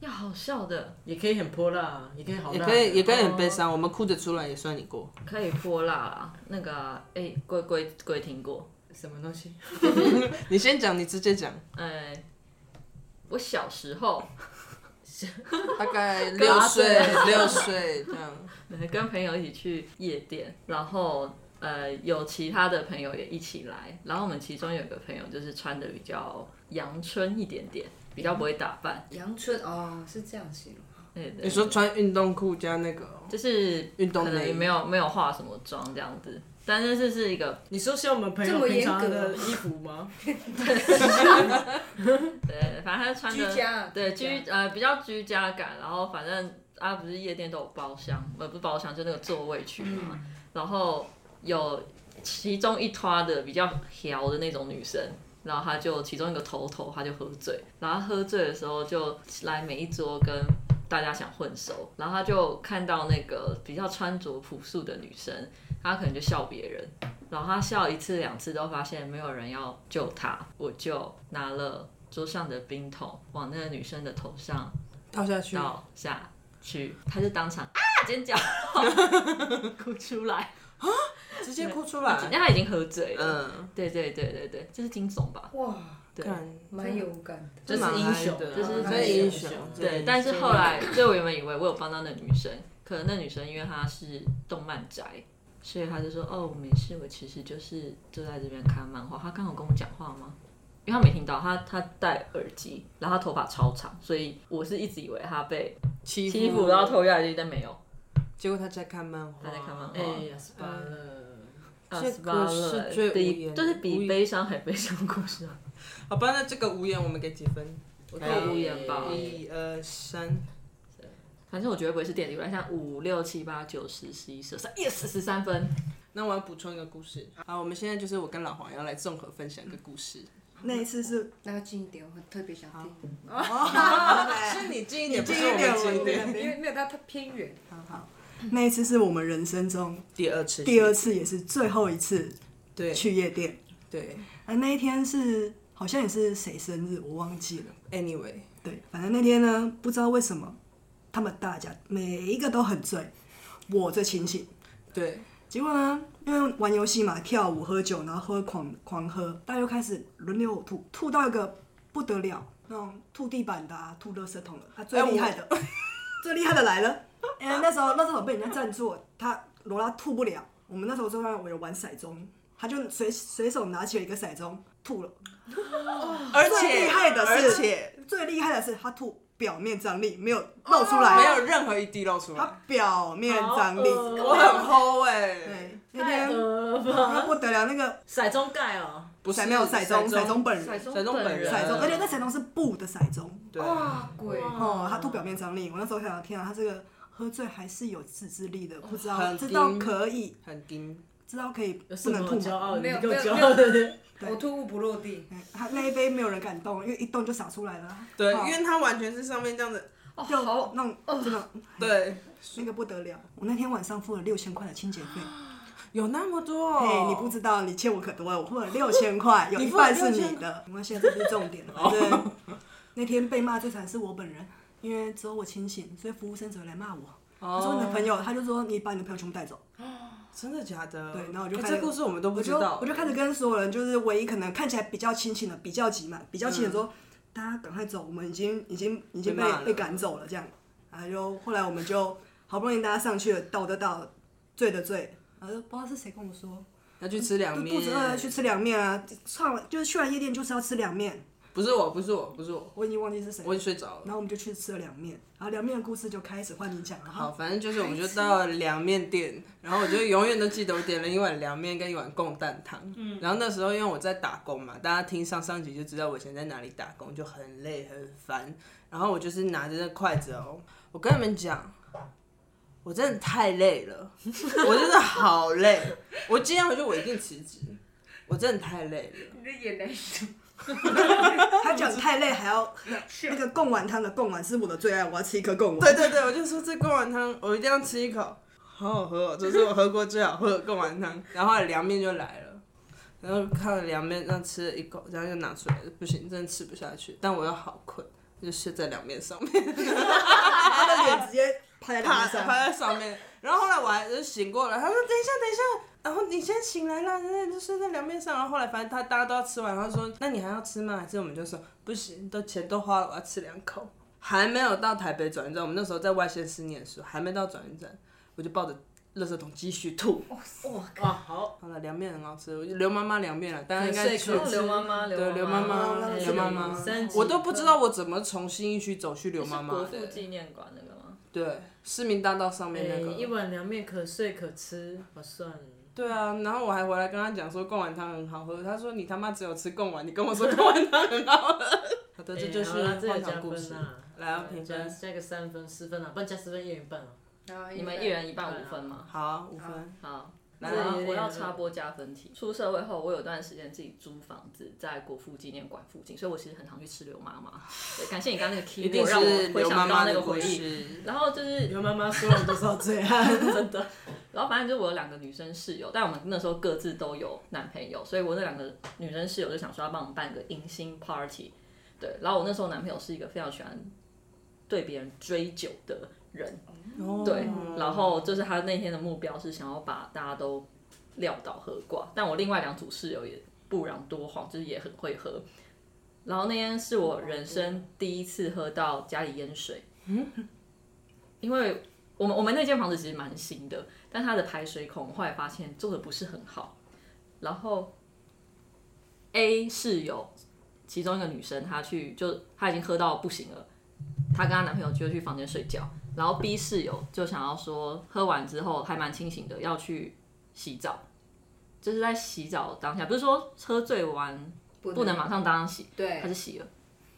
Speaker 1: 要好笑的，
Speaker 3: 也可以很泼辣啊，也可以好
Speaker 2: 也
Speaker 3: 辣，
Speaker 2: 可以也可以很悲伤，我们哭得出来也算你过。
Speaker 1: 可以泼辣啦。那个啊哎，龟龟龟听过，
Speaker 3: 什么东西？
Speaker 2: 你先讲，你直接讲，
Speaker 1: 哎，我小时候
Speaker 2: 大概六岁六岁这样，
Speaker 1: 对呃跟朋友一起去夜店，然后呃有其他的朋友也一起来，然后我们其中有一个朋友就是穿的比较阳春一点点，比较不会打扮，
Speaker 4: 阳春哦，是这样形容。
Speaker 1: 对
Speaker 2: 嗯
Speaker 1: 对
Speaker 2: 你说穿运动裤加那个哦
Speaker 1: 就是
Speaker 2: 运动
Speaker 1: 可能
Speaker 2: 内
Speaker 1: 也没
Speaker 2: 衣，
Speaker 1: 有没有化什么妆这样子，但是这是一个
Speaker 3: 你说像我们朋
Speaker 4: 这
Speaker 3: 友
Speaker 4: 么
Speaker 3: 平
Speaker 4: 严
Speaker 3: 常
Speaker 4: 格
Speaker 3: 的
Speaker 4: 哦
Speaker 3: 衣服吗？
Speaker 1: 对，反正他穿的
Speaker 4: 居家
Speaker 1: 对
Speaker 4: 居
Speaker 1: 居呃比较居家感，然后反正啊不是夜店都有包厢，呃不是包厢就那个座位区嘛，然后有其中一团的比较调的那种女生。然后她就其中一个头头，她就喝醉，然后她喝醉的时候就来每一桌跟大家想混熟，然后她就看到那个比较穿着朴素的女生，她可能就笑别人，然后她笑一次两次都发现没有人要救她，我就拿了桌上的冰桶往那个女生的头上
Speaker 2: 跳下去，
Speaker 1: 倒下去，她就当场啊尖叫， 哭出来，
Speaker 2: 直接哭出
Speaker 1: 因
Speaker 2: 来。
Speaker 1: 为她已经喝醉了。
Speaker 2: 嗯，
Speaker 1: 对对对对对，这是惊悚吧？
Speaker 4: 哇，
Speaker 1: 对
Speaker 2: 看
Speaker 4: 蛮有感的。
Speaker 2: 这
Speaker 3: 这
Speaker 2: 蛮
Speaker 3: 是英雄
Speaker 2: 嗨的
Speaker 1: 这是
Speaker 2: 这是英雄，
Speaker 1: 对，但是后来，就我原本以为我有帮到那女生，可能那女生因为她是动漫宅，所以她就说：“哦，没事，我其实就是坐在这边看漫画。”她刚好跟我讲话吗？因为她没听到，她她戴耳机，然后她头发超长，所以我是一直以为她被
Speaker 2: 欺
Speaker 1: 欺
Speaker 2: 负
Speaker 1: 负，然后偷下去，但没有。
Speaker 2: 结果他在看漫画，
Speaker 1: 他在看漫画
Speaker 3: 哎呀，斯巴勒。
Speaker 1: 啊
Speaker 2: 这
Speaker 1: 斯巴勒
Speaker 2: 个是最无
Speaker 1: 比
Speaker 2: 言
Speaker 1: 就是
Speaker 2: 无
Speaker 1: 比
Speaker 2: 言
Speaker 1: 悲伤还悲伤的故事啊！
Speaker 2: 好吧，那这个无言我们给几分？
Speaker 1: 我觉
Speaker 2: 哎
Speaker 1: 得无言吧，
Speaker 3: 哎
Speaker 2: 一二三，
Speaker 1: 反正我觉得不会是垫底，我来像五六七八九十十一十二十三，yes 十三分。
Speaker 2: 那我要补充一个故事。好，我们现在就是我跟老黄要来综合分享一个故事。
Speaker 5: 那一次是
Speaker 4: 那要近一点，我特别想听，
Speaker 2: 是哦你近一点，不
Speaker 5: 近
Speaker 2: 是
Speaker 5: 一
Speaker 2: 我
Speaker 5: 点
Speaker 2: 们近一
Speaker 5: 我
Speaker 2: 点。
Speaker 5: 们
Speaker 4: 因为没有到它偏远。
Speaker 5: 那一次是我们人生中
Speaker 2: 第二次，
Speaker 5: 第二次，也是最后一次
Speaker 2: 对
Speaker 5: 去夜店。
Speaker 2: 对
Speaker 5: 而那一天是好像也是谁生日，我忘记了。
Speaker 2: ，anyway，
Speaker 5: 对，反正那天呢，不知道为什么，他们大家每一个都很醉，我最清醒。
Speaker 2: 对，
Speaker 5: 结果呢，因为玩游戏嘛，跳舞、喝酒，然后喝狂狂喝，大家又开始轮流呕吐，吐到一个不得了，那种吐地板的、啊、吐垃圾桶的，他最厉害的， 最厉害的来了。哎、那时候那时候被人家占座，他罗拉吐不了。我们那时候就让我有玩骰盅，他就随随手拿起了一个骰盅吐了。
Speaker 2: 而
Speaker 5: 最厉害的是，
Speaker 2: 而且
Speaker 5: 最厉害的是他吐表面张力没有露出来，
Speaker 2: 没有任何一滴露出
Speaker 5: 他
Speaker 2: 来，
Speaker 5: 表面张力。
Speaker 3: 好恶
Speaker 2: 我很齁哎，
Speaker 5: 对，那
Speaker 3: 太
Speaker 5: 天
Speaker 3: 恶了吧！
Speaker 5: 那不得了，那个
Speaker 3: 骰盅盖哦，
Speaker 2: 不是
Speaker 5: 才没有骰盅，骰盅本人，
Speaker 1: 骰盅
Speaker 2: 骰盅本人
Speaker 5: 骰盅，
Speaker 2: 嗯
Speaker 5: 而且那骰盅是布的骰盅。
Speaker 4: 아,
Speaker 2: 对，
Speaker 4: 哇，鬼！
Speaker 5: 哦，他吐表面张力，我那时候想到，天啊，他这个喝醉还是有自制力的，不知道
Speaker 2: 很
Speaker 5: 知道
Speaker 2: 硬
Speaker 5: 可以，
Speaker 2: 很低，
Speaker 5: 知道可以
Speaker 3: 有
Speaker 5: 不
Speaker 3: 什么
Speaker 5: 能
Speaker 3: 好
Speaker 5: 吐
Speaker 3: 骄
Speaker 5: 嘛。
Speaker 3: 傲的？
Speaker 4: 没有
Speaker 3: 你够
Speaker 4: 没有
Speaker 3: 骄傲的，
Speaker 5: 对
Speaker 4: 呕吐物不落地，
Speaker 5: 嗯他那一杯没有人敢动，因为一动就洒出来了。哦
Speaker 2: 对，
Speaker 5: 好
Speaker 2: 因为它完全是上面这样子，
Speaker 1: 哦，
Speaker 5: 就
Speaker 1: 好，
Speaker 5: 那种真的
Speaker 2: 对，
Speaker 5: 那个不得了。我那天晚上付了六千块的清洁费，
Speaker 2: 有那么多、哦。
Speaker 5: 哎嘿，你不知道，你欠我可多了，我付了六千块，有
Speaker 2: 你
Speaker 5: 一
Speaker 2: 付了
Speaker 5: 半是
Speaker 2: 6000
Speaker 5: 你的。没关系，这不是重点，
Speaker 2: 哦
Speaker 5: 反正 那天被骂最惨是我本人，因为只有我清醒，所以服务生只会来骂我。他说你
Speaker 2: 哦
Speaker 5: 的朋友，他就说你把你的朋友全部带走。
Speaker 2: 真的假的？
Speaker 5: 对然后我就
Speaker 2: 哎
Speaker 5: 开始
Speaker 2: 这故事我们都不
Speaker 5: 我
Speaker 2: 知
Speaker 5: 就
Speaker 2: 道。
Speaker 5: 我就开始跟所有人，就是唯一可能看起来比较清醒的比较级嘛，比较清醒说，大家赶快走，我们已经已经已经被
Speaker 2: 嗯被骂了
Speaker 5: 被赶走了这样。然后就后来我们就好不容易大家上去了，倒的倒，醉的醉，然后就不知道是谁跟我说，
Speaker 2: 要去吃凉
Speaker 5: 就
Speaker 2: 面，
Speaker 5: 肚子饿要去吃凉面啊，唱完就是去完夜店就是要吃凉面，
Speaker 2: 不是我，不是我，不是我，
Speaker 5: 我已经忘记是谁了。
Speaker 2: 我已经睡着了。
Speaker 5: 然后我们就去吃了凉面，然后凉面的故事就开始换你讲了
Speaker 2: 好，
Speaker 5: 哈。
Speaker 2: 反正就是我们就到了凉面店，然后我就永远都记得我点了一碗凉面跟一碗贡蛋汤。嗯，然后那时候因为我在打工嘛，大家听上上集就知道我以前在哪里打工，就很累很烦。然后我就是拿着那筷子哦，我跟你们讲，我真的太累 了，我真的好累，我今天回去我一定辞职，我真的太累了。
Speaker 4: 你的眼泪是
Speaker 5: 他讲太累还要那个贡丸汤的贡丸是我的最爱，我要吃一颗贡丸。
Speaker 2: 对对对，我就说这贡丸汤我一定要吃一口，好好喝、哦，这是我喝过最好喝的贡丸汤。然后后来凉面就来了，然后看了凉面，这样吃了一口，然后就拿出来，不行，真的吃不下去。但我又好困，就睡在凉面上面，
Speaker 5: 他的脸直接趴在
Speaker 2: 趴
Speaker 5: 地上，
Speaker 2: 趴在上面。然后后来我还就醒过来，他说等一下等一下，然后你先醒来啦，那你就睡在凉面上。然后后来反正他大家都要吃完，然后说那你还要吃吗？还是我们就说不行，都钱都花了，我要吃两口。还没有到台北转运站，我们那时候在外县市念书，还没到转运站，我就抱着垃圾桶继续吐。
Speaker 3: 哇，好，
Speaker 2: 好了，凉面很好吃，我就刘妈妈凉面了，大家应
Speaker 3: 可
Speaker 2: 该
Speaker 3: 以
Speaker 2: 去
Speaker 3: 睡。口
Speaker 1: 刘妈妈，
Speaker 2: 对，刘妈
Speaker 1: 妈哦
Speaker 2: 妈，
Speaker 5: 哎
Speaker 2: 刘妈妈
Speaker 3: 三，级
Speaker 2: 我都不知道我怎么从新义区走去刘
Speaker 1: 是
Speaker 2: 妈妈
Speaker 1: 国父
Speaker 2: 的。
Speaker 1: 纪念馆那个吗？
Speaker 2: 对，市民大道
Speaker 3: 哎
Speaker 2: 上面那
Speaker 3: 一
Speaker 2: 个。
Speaker 3: 碗凉面可睡可吃，划算。
Speaker 2: 对啊，然后我还回来跟他讲说贡丸汤很好喝，他说你他妈只有吃贡丸，你跟我说贡丸汤很好喝。好的，这
Speaker 3: 哎
Speaker 2: 就
Speaker 3: 好啦
Speaker 2: 是
Speaker 3: 这有
Speaker 2: 荒
Speaker 3: 加
Speaker 2: 唐故事
Speaker 3: 分。啦，
Speaker 2: 来啊，评
Speaker 3: 加
Speaker 2: 分。
Speaker 3: 加个三分、四分啊，不然加十分一人一半啊。
Speaker 4: 啊
Speaker 1: 你们一人一半五分吗？
Speaker 2: 好，啊五分。
Speaker 1: 好，
Speaker 2: 来
Speaker 1: 那
Speaker 2: 啊
Speaker 1: 我要插播加分题。出社会后，我有段时间自己租房子，在国父纪念馆附近，所以我其实很常去吃刘妈妈。对，感谢你刚刚那个
Speaker 2: 一定
Speaker 1: keyword 让
Speaker 2: 是
Speaker 1: 我回
Speaker 2: 刘妈
Speaker 1: 想到
Speaker 2: 妈
Speaker 1: 那
Speaker 2: 的
Speaker 1: 个
Speaker 2: 故
Speaker 1: 回忆。
Speaker 2: 事。
Speaker 1: 然后就是
Speaker 3: 刘妈妈说了多少罪 啊？
Speaker 1: 真的。然后反正就是我有两个女生室友，但我们那时候各自都有男朋友，所以我那两个女生室友就想说要帮我们办个迎新 party。对，然后我那时候男朋友是一个非常喜欢对别人追酒的人，
Speaker 2: 哦
Speaker 1: 对，
Speaker 2: 嗯
Speaker 1: 然后就是他那天的目标是想要把大家都撂倒喝挂，但我另外两组室友也不遑多让，就是也很会喝。然后那天是我人生第一次喝到家里淹水，因为我们我们那间房子其实蛮新的，但它的排水孔后来发现做的不是很好。然后 A 室友其中一个女生，她去就她已经喝到不行了，她跟她男朋友就去房间睡觉。然后 B 哦室友就想要说，喝完之后还蛮清醒的，要去洗澡。就是在洗澡当下，不是说喝醉完
Speaker 4: 不
Speaker 1: 不能马上当场洗，
Speaker 4: 对
Speaker 1: 他就洗了，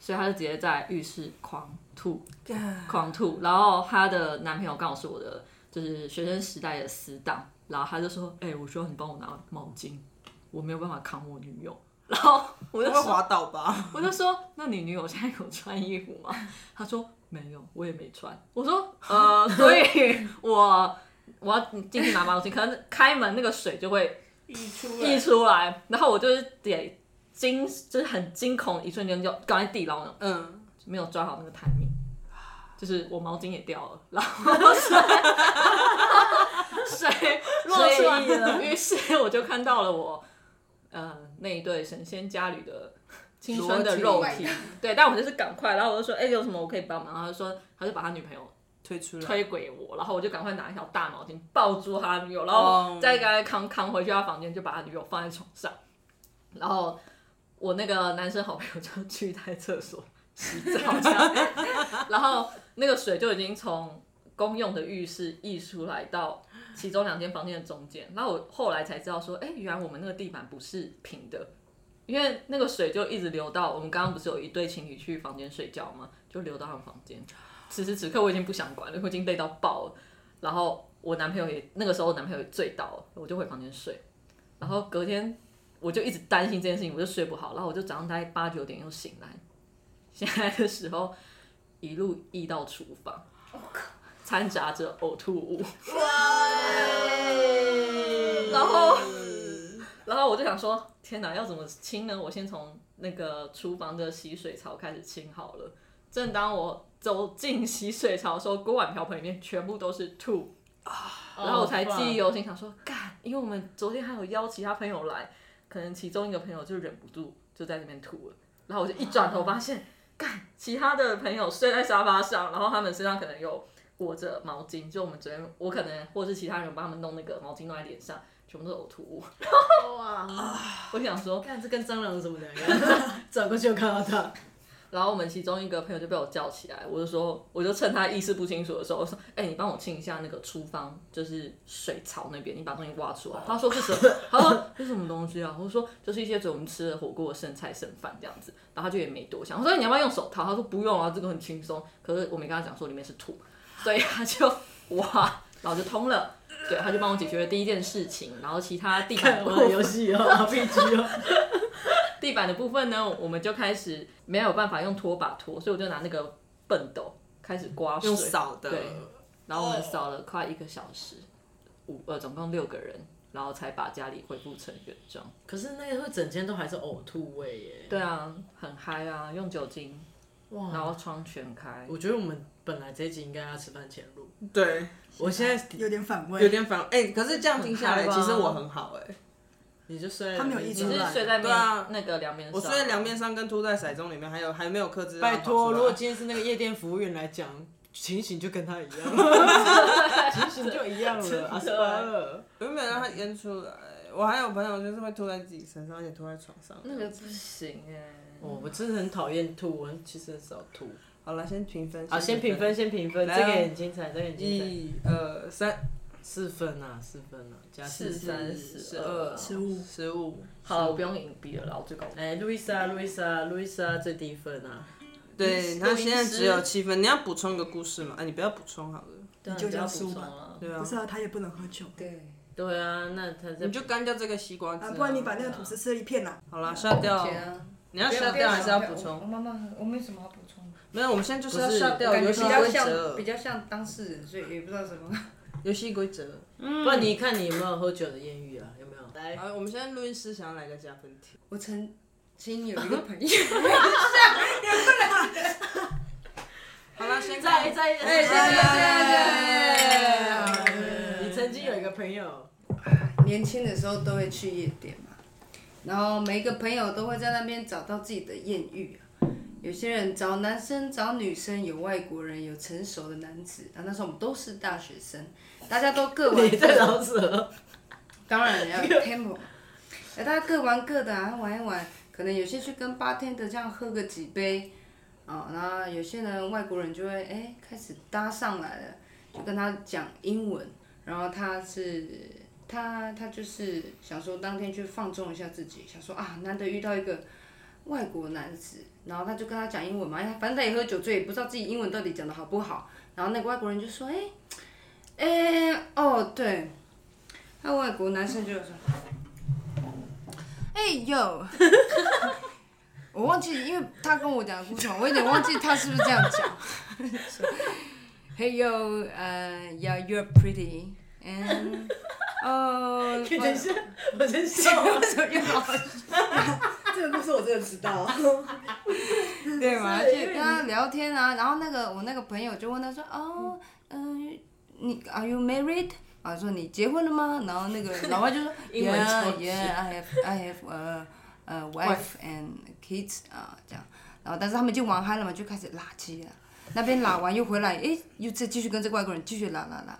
Speaker 1: 所以他就直接在浴室狂吐，狂吐。然后她的男朋友刚好是我的，就是学生时代的死党，然后他就说：“哎、我需要你帮我拿毛巾，我没有办法扛我女友。”然后我就
Speaker 2: 会滑倒吧？
Speaker 1: 我就说：“那你女友现在有穿衣服吗？”他说：“没有，我也没穿。”我说：“呃，所以我我要进去拿毛巾，可能开门那个水就会
Speaker 3: 溢出
Speaker 1: 溢出来，然后我就是得惊，就是很惊恐，一瞬间就搞在地牢了，
Speaker 2: 嗯，
Speaker 1: 没有抓好那个 timing，就是我毛巾也掉了，然后 水水落出
Speaker 3: 水溢了
Speaker 1: 来，于是我就看到了我呃那一对神仙家里的。青春的肉
Speaker 4: 裸体
Speaker 1: 体，对，但我就是赶快，然后我就说，哎、有什么我可以帮忙？然后他就说，他就把他女朋友
Speaker 2: 退出 来。
Speaker 1: 推给我，然后我就赶快拿一条大毛巾抱住他女友，然
Speaker 2: 哦
Speaker 1: 后再给他扛扛回去他房间，就把他女友放在床上。然后我那个男生好朋友就去他厕所洗澡，这样然后那个水就已经从公用的浴室溢出来到其中两间房间的中间。然后我后来才知道说，哎，原来我们那个地板不是平的。因为那个水就一直流到我们刚刚不是有一对情侣去房间睡觉吗？就流到他们房间。此时此刻我已经不想管了，我已经累到爆了。然后我男朋友也那个时候我男朋友也醉到了，我就回房间睡。然后隔天我就一直担心这件事情，我就睡不好，然后我就早上大概八九点又醒来，醒来的时候一路溢到厨房，掺杂着呕吐物，然后。然后我就想说，天哪，要怎么清呢？我先从那个厨房的洗水槽开始清好了。正当我走进洗水槽的时候，锅碗瓢盆里面全部都是吐然后我才记忆犹新，想说干，因为我们昨天还有邀其他朋友来，可能其中一个朋友就忍不住就在那边吐了，然后我就一转头发现，干，其他的朋友睡在沙发上，然后他们身上可能有裹着毛巾，就我们昨天我可能或是其他人帮他们弄那个毛巾弄在脸上，全部都是呕吐物。
Speaker 3: 哇，
Speaker 1: 我想说，
Speaker 3: 看这跟蟑螂有什么两 样？转过去就看到它，
Speaker 1: 然后我们其中一个朋友就被我叫起来，我就说，我就趁他意识不清楚的时候，我说：“哎、你帮我清一下那个厨房，就是水槽那边，你把东西挖出来。”他说：“是什么？”他说：“这是什么东西啊？”我说：“就是一些我们吃的火锅的剩菜剩饭这样子。”然后他就也没多想，我说：“你要不要用手套？”他说：“不用啊，这个很轻松。”可是我没跟他讲说里面是土，所以他就哇，然后就通了。对，他就帮我解决了第一件事情，然后其他地板
Speaker 3: 看
Speaker 1: 部
Speaker 3: 玩的游戏 哦，RPG 哦，
Speaker 1: 地板的部分呢，我们就开始没有办法用拖把拖，所以我就拿那个笨斗开始刮水，
Speaker 2: 用扫的，
Speaker 1: 对然后我们扫了快一个小时，五呃总共六个人，然后才把家里恢复成原状。
Speaker 3: 可是那个会整间都还是呕吐味耶。
Speaker 1: 对啊，很嗨啊，用酒精，
Speaker 3: 哇
Speaker 1: 然后窗全开，
Speaker 2: 嗯
Speaker 3: 我觉得我们本来这一集应该要吃饭前录，
Speaker 2: 对，
Speaker 3: 我现在
Speaker 5: 有点反
Speaker 2: 有
Speaker 5: 胃。
Speaker 2: 点反。哎、可是这样听下来，
Speaker 1: 很嗨
Speaker 2: 其
Speaker 1: 吧
Speaker 2: 实我很好哎、
Speaker 1: 啊
Speaker 3: 你就睡了，
Speaker 5: 他没有意
Speaker 1: 你
Speaker 5: 识
Speaker 1: 是睡在
Speaker 2: 对
Speaker 1: 面、
Speaker 2: 啊
Speaker 1: 那个凉面
Speaker 2: 我
Speaker 1: 上，
Speaker 2: 睡在凉面上跟吐在骰盅里面，还有还没有克制。
Speaker 3: 拜托，如果今天是那个夜店服务员来讲，情形就跟他一样，情形就一样了，阿斯巴勒。
Speaker 2: 原本让它淹出来，我还有朋友就是会吐在自己身上，而且吐在床上。
Speaker 1: 那个不行哎、
Speaker 3: 哦，我真的很讨厌吐，我其实很少吐。
Speaker 2: 好了，先评分。
Speaker 3: 好，先评分，先评分，这
Speaker 2: 来啊
Speaker 3: 个也很精彩，这个也很精彩。
Speaker 2: 一二三，
Speaker 3: 四分啊，四分啊，加
Speaker 1: 四三十
Speaker 2: 二
Speaker 1: 二，
Speaker 5: 食物
Speaker 2: 十五。
Speaker 1: 好了，我不用隐蔽了啦，我最高分。
Speaker 3: 哎，路易莎，路易莎，路易莎最低分啊！
Speaker 2: 对他现在只有七分，你要补充一个故事吗？哎，你不要补充好了，
Speaker 1: 对啊
Speaker 5: 就
Speaker 1: 你不要
Speaker 5: 这样
Speaker 1: 补
Speaker 5: 输
Speaker 1: 充
Speaker 5: 吧
Speaker 1: 了。
Speaker 2: 对啊
Speaker 5: 不，是啊，他也不能喝酒
Speaker 4: 对，
Speaker 3: 对啊，那他在
Speaker 2: 你就干掉这个西瓜汁
Speaker 5: 啊，
Speaker 2: 啊。
Speaker 5: 不然你把那个吐司吃一片啦。
Speaker 2: 好了，下掉。
Speaker 4: 姐啊，
Speaker 2: 你要下掉还哦是要补
Speaker 4: 我我
Speaker 2: 充？
Speaker 4: 慢慢喝，我没什么要补充的，
Speaker 2: 没有，我们现在就是要
Speaker 3: 不是
Speaker 2: 下掉
Speaker 4: 感觉
Speaker 2: 游
Speaker 4: 比
Speaker 2: 戏
Speaker 4: 较
Speaker 2: 规
Speaker 4: 像
Speaker 2: 则
Speaker 4: 比。较像当事人，所以也不知道什么。
Speaker 2: 游戏规则。
Speaker 3: 不然你看你有没有喝酒的艳遇啊？有没有？来，
Speaker 2: 好，我们现在录音师想要来个加分题。
Speaker 4: 我曾经有一个朋友，
Speaker 2: 好了，先
Speaker 3: 再再
Speaker 2: 哎，谢
Speaker 3: 哎
Speaker 2: 谢谢谢。
Speaker 3: 你曾经有一个朋友，
Speaker 4: 年轻的时候都会去夜店嘛，然后每一个朋友都会在那边找到自己的艳遇、啊、有些人找男生，找女生，有外国人，有成熟的男子。啊，那时候我们都是大学生，大家都各玩
Speaker 3: 你
Speaker 4: 各
Speaker 3: 在
Speaker 4: 的，
Speaker 3: 老舍，
Speaker 4: 当然也要有 tempo。哎，大家各玩各的啊，玩一玩。可能有些去跟八天的这样喝个几杯，啊、然后有些人外国人就会哎开始搭上来了，就跟他讲英文，然后他是他他就是想说当天去放纵一下自己，想说啊难得遇到一个外国男子，然后他就跟他讲英文嘛，哎反正他也喝酒醉，也不知道自己英文到底讲的好不好，然后那个外国人就说哎哎哦对，那外国男生就说。哎 呦，我忘记，因为他跟我讲的故事嘛，我有点忘记他是不是这样讲。Hey yo, 呃、yeah, you're pretty and 哦、
Speaker 3: 等一下，我真笑。
Speaker 4: 又好
Speaker 5: 这个故事我真的知道。
Speaker 4: 对嘛，就跟他聊天啊，然后那个我那个朋友就问他说，哦，嗯、你 Are you married？啊，说你结婚了吗？然后那个老外就 说
Speaker 3: 英文
Speaker 4: ，Yeah,
Speaker 3: 超级
Speaker 4: yeah, I have, I have a, a wife and kids 啊，这样。然后但是他们已经玩嗨了嘛，就开始拉鸡了。那边拉完又回来，诶，又再继续跟这个外国人继续拉拉拉。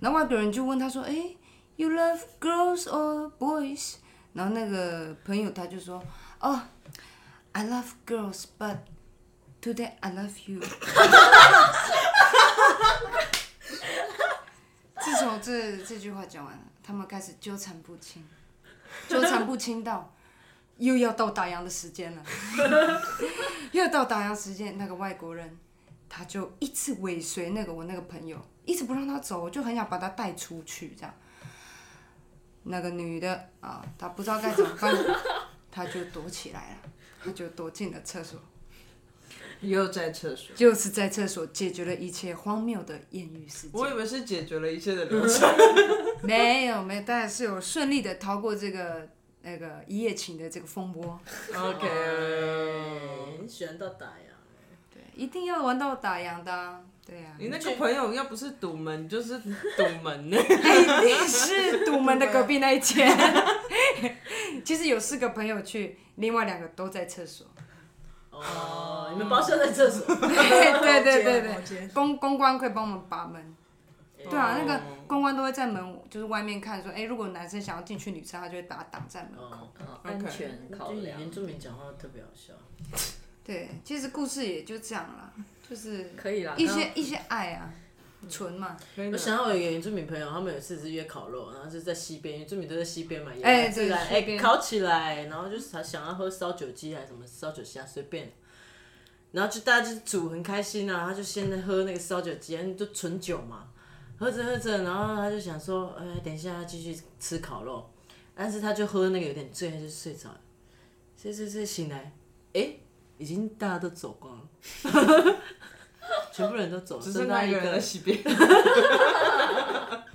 Speaker 4: 然后外国人就问他说，诶 y o u love girls or boys？然后那个朋友他就说，哦、i love girls, but today I love you 。自从这这句话讲完了，他们开始纠缠不清，纠缠不清到又要到打烊的时间了， 又到打烊时间，那个外国人他就一直尾随那个我那个朋友，一直不让他走，我就很想把他带出去这样。那个女的啊，她不知道该怎么办，她就躲起来了，她就躲进了厕所，
Speaker 2: 嗯又在厕所。
Speaker 4: 就是在厕所解决了一切荒谬的艳遇事件
Speaker 2: 我。以为是解决了一切的流 程，
Speaker 4: 没有没有，但是有顺利的逃过这个那个一夜情的这个风波。
Speaker 2: OK
Speaker 1: 嗯
Speaker 3: 你喜欢到打烊，
Speaker 4: 对，一定要玩到打烊的啊、对呀、
Speaker 2: 你那个朋友要不是堵门，就是堵 门呢。
Speaker 4: 一定哎是堵门的隔壁那一 间。其实有四个朋友去，另外两个都在厕 所。
Speaker 3: 哦，你们包厢在厕所，
Speaker 4: 对对对
Speaker 5: 保
Speaker 4: 对
Speaker 5: 洁
Speaker 4: 对，公公关可以帮我们把门。对啊，那个
Speaker 2: 哦
Speaker 4: 公关都会在门，就是外面看说，哎、如果男生想要进去女厕，他就会把他挡在门口。
Speaker 1: 嗯安全 考
Speaker 3: 就以
Speaker 1: 量
Speaker 3: 原住民讲话特别好笑。
Speaker 4: 对，其实故事也就这样啦，就是
Speaker 1: 可以啦。
Speaker 4: 一些一些爱啊，纯嘛。
Speaker 2: 可以
Speaker 3: 我
Speaker 2: 拿
Speaker 3: 想到有一个原住民朋友，他们有一次是约烤肉，然后是在西边，原住民都在西边嘛，也
Speaker 4: 哎
Speaker 3: 自己来
Speaker 4: 对
Speaker 3: 哎、
Speaker 4: 西边
Speaker 3: 烤起来，然后就是他想要喝烧酒鸡还是什么烧酒虾随便，然后就大家就煮很开心啊，他就先喝那个烧酒鸡，就纯酒嘛，喝着喝着，然后他就想说，哎、等一下要继续吃烤肉，但是他就喝那个有点醉，他就睡着了，睡睡睡醒来，哎、已经大家都走光了。 全部人都走，
Speaker 2: 只
Speaker 3: 剩
Speaker 2: 剩
Speaker 3: 他
Speaker 2: 那
Speaker 3: 一
Speaker 2: 一个
Speaker 3: 个
Speaker 2: 人在西边。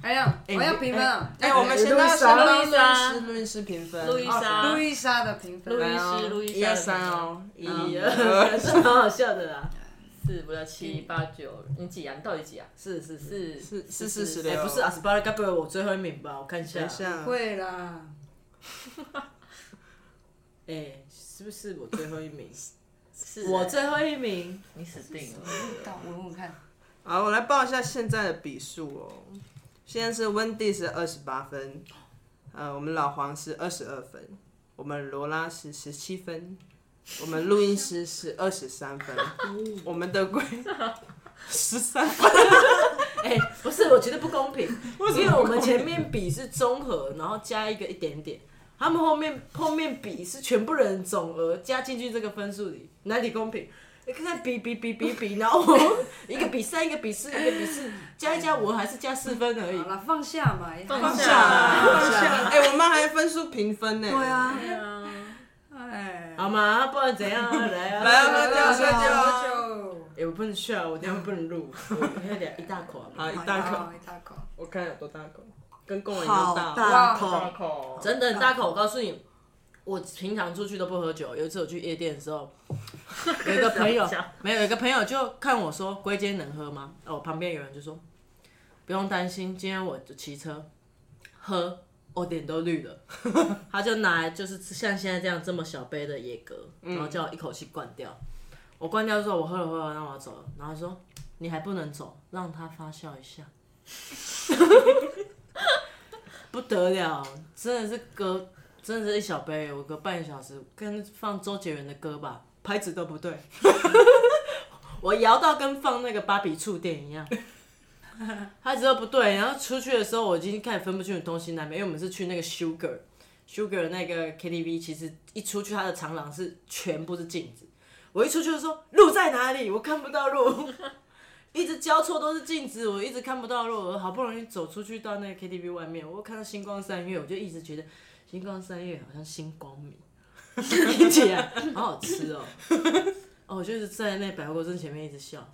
Speaker 4: 哎呀，我要评分啊！
Speaker 2: 哎，我们先到
Speaker 1: 路易莎
Speaker 2: 录音师，录音师评分，
Speaker 1: 路易莎
Speaker 4: 路易莎的评分，
Speaker 1: 路
Speaker 4: 来
Speaker 1: 易
Speaker 4: 哦
Speaker 1: 斯，路易
Speaker 2: 一二三
Speaker 1: 哦，
Speaker 2: 哦，一
Speaker 3: 啊
Speaker 1: 一
Speaker 2: 二
Speaker 1: 二三，蛮好笑的啦。四不要七八九，你几啊？你到底几啊？
Speaker 3: 是是是。
Speaker 2: 四
Speaker 1: 四
Speaker 2: 四四十
Speaker 1: 四十
Speaker 2: 六，
Speaker 3: 哎、不是阿斯巴拉该不会我最后一名吧？我看一下。
Speaker 2: 等一下，
Speaker 4: 会啦，
Speaker 3: 哎、是不是我最后一 名？
Speaker 1: 四，
Speaker 3: 我最后一名。
Speaker 1: 你死定了。
Speaker 4: 到闻闻看，
Speaker 2: 好，我来报一下现在的比数哦。现在是温蒂是二十八分，呃，我们老黄是二十二分，我们罗拉是十七分，我们录音师是二十三 分，我们的 龟十三分。
Speaker 3: 哎、不是，我觉得不公平， 因为我们前面比是综合，然后加一个一点点，他们后面后面比是全部人总额加进去这个分数里，哪里公平？你看看比比比比比，然后 我一个比三，一个比四，一个比四，加一加我还是加四分而已
Speaker 4: 好。了，放下嘛，
Speaker 1: 放
Speaker 2: 哎下
Speaker 1: 下
Speaker 2: 啦，放下啦！哎、我们还分数评分呢。
Speaker 5: 对啊，
Speaker 4: 哎，
Speaker 3: 好嘛，不然怎样啊？ 来啊，
Speaker 2: 来啊
Speaker 4: 喝
Speaker 2: 来啊
Speaker 4: 酒，喝酒，
Speaker 3: 哎、我不能笑，我等下不能录， 我要聊一大口啊。
Speaker 2: 好，一哎大口，
Speaker 4: 好一大口，
Speaker 2: 我看有多大口，跟公文一样
Speaker 5: 好
Speaker 2: 大。
Speaker 5: 大
Speaker 1: 大
Speaker 5: 口，
Speaker 1: 口，
Speaker 3: 真的很大口，我告诉你，我平常出去都不喝酒。有一次我去夜店的时候，有一个朋友没有，有一个朋友就看我说龟今天能喝吗？哦，旁边有人就说不用担心，今天我骑车喝，我脸都绿了。 他就拿来就是像现在这样这么小杯的野格，然后叫我一口气灌掉。我灌掉之后，我喝了喝了，让我走了。然后他说你还不能走，让它发酵一下。不得了，真的是隔，真的是一小杯，我隔半个小时，跟放周杰伦的歌吧，拍子都不对， 我摇到跟放那个芭比触电一样， 拍子都不对。然后出去的时候，我已经开始分不清楚东西南北，因为我们是去那个 Sugar Sugar 那个 KTV，其实一出去它的长廊是全部是镜子，我一出去就说路在哪里，我看不到路。一直交错都是镜子，我一直看不到路。我好不容易走出去到那个 KTV 外面，我看到星光三月，我就一直觉得星光三月好像星光米，听起来好好吃哦。 哦，我就是站在那百货公司前面一直笑。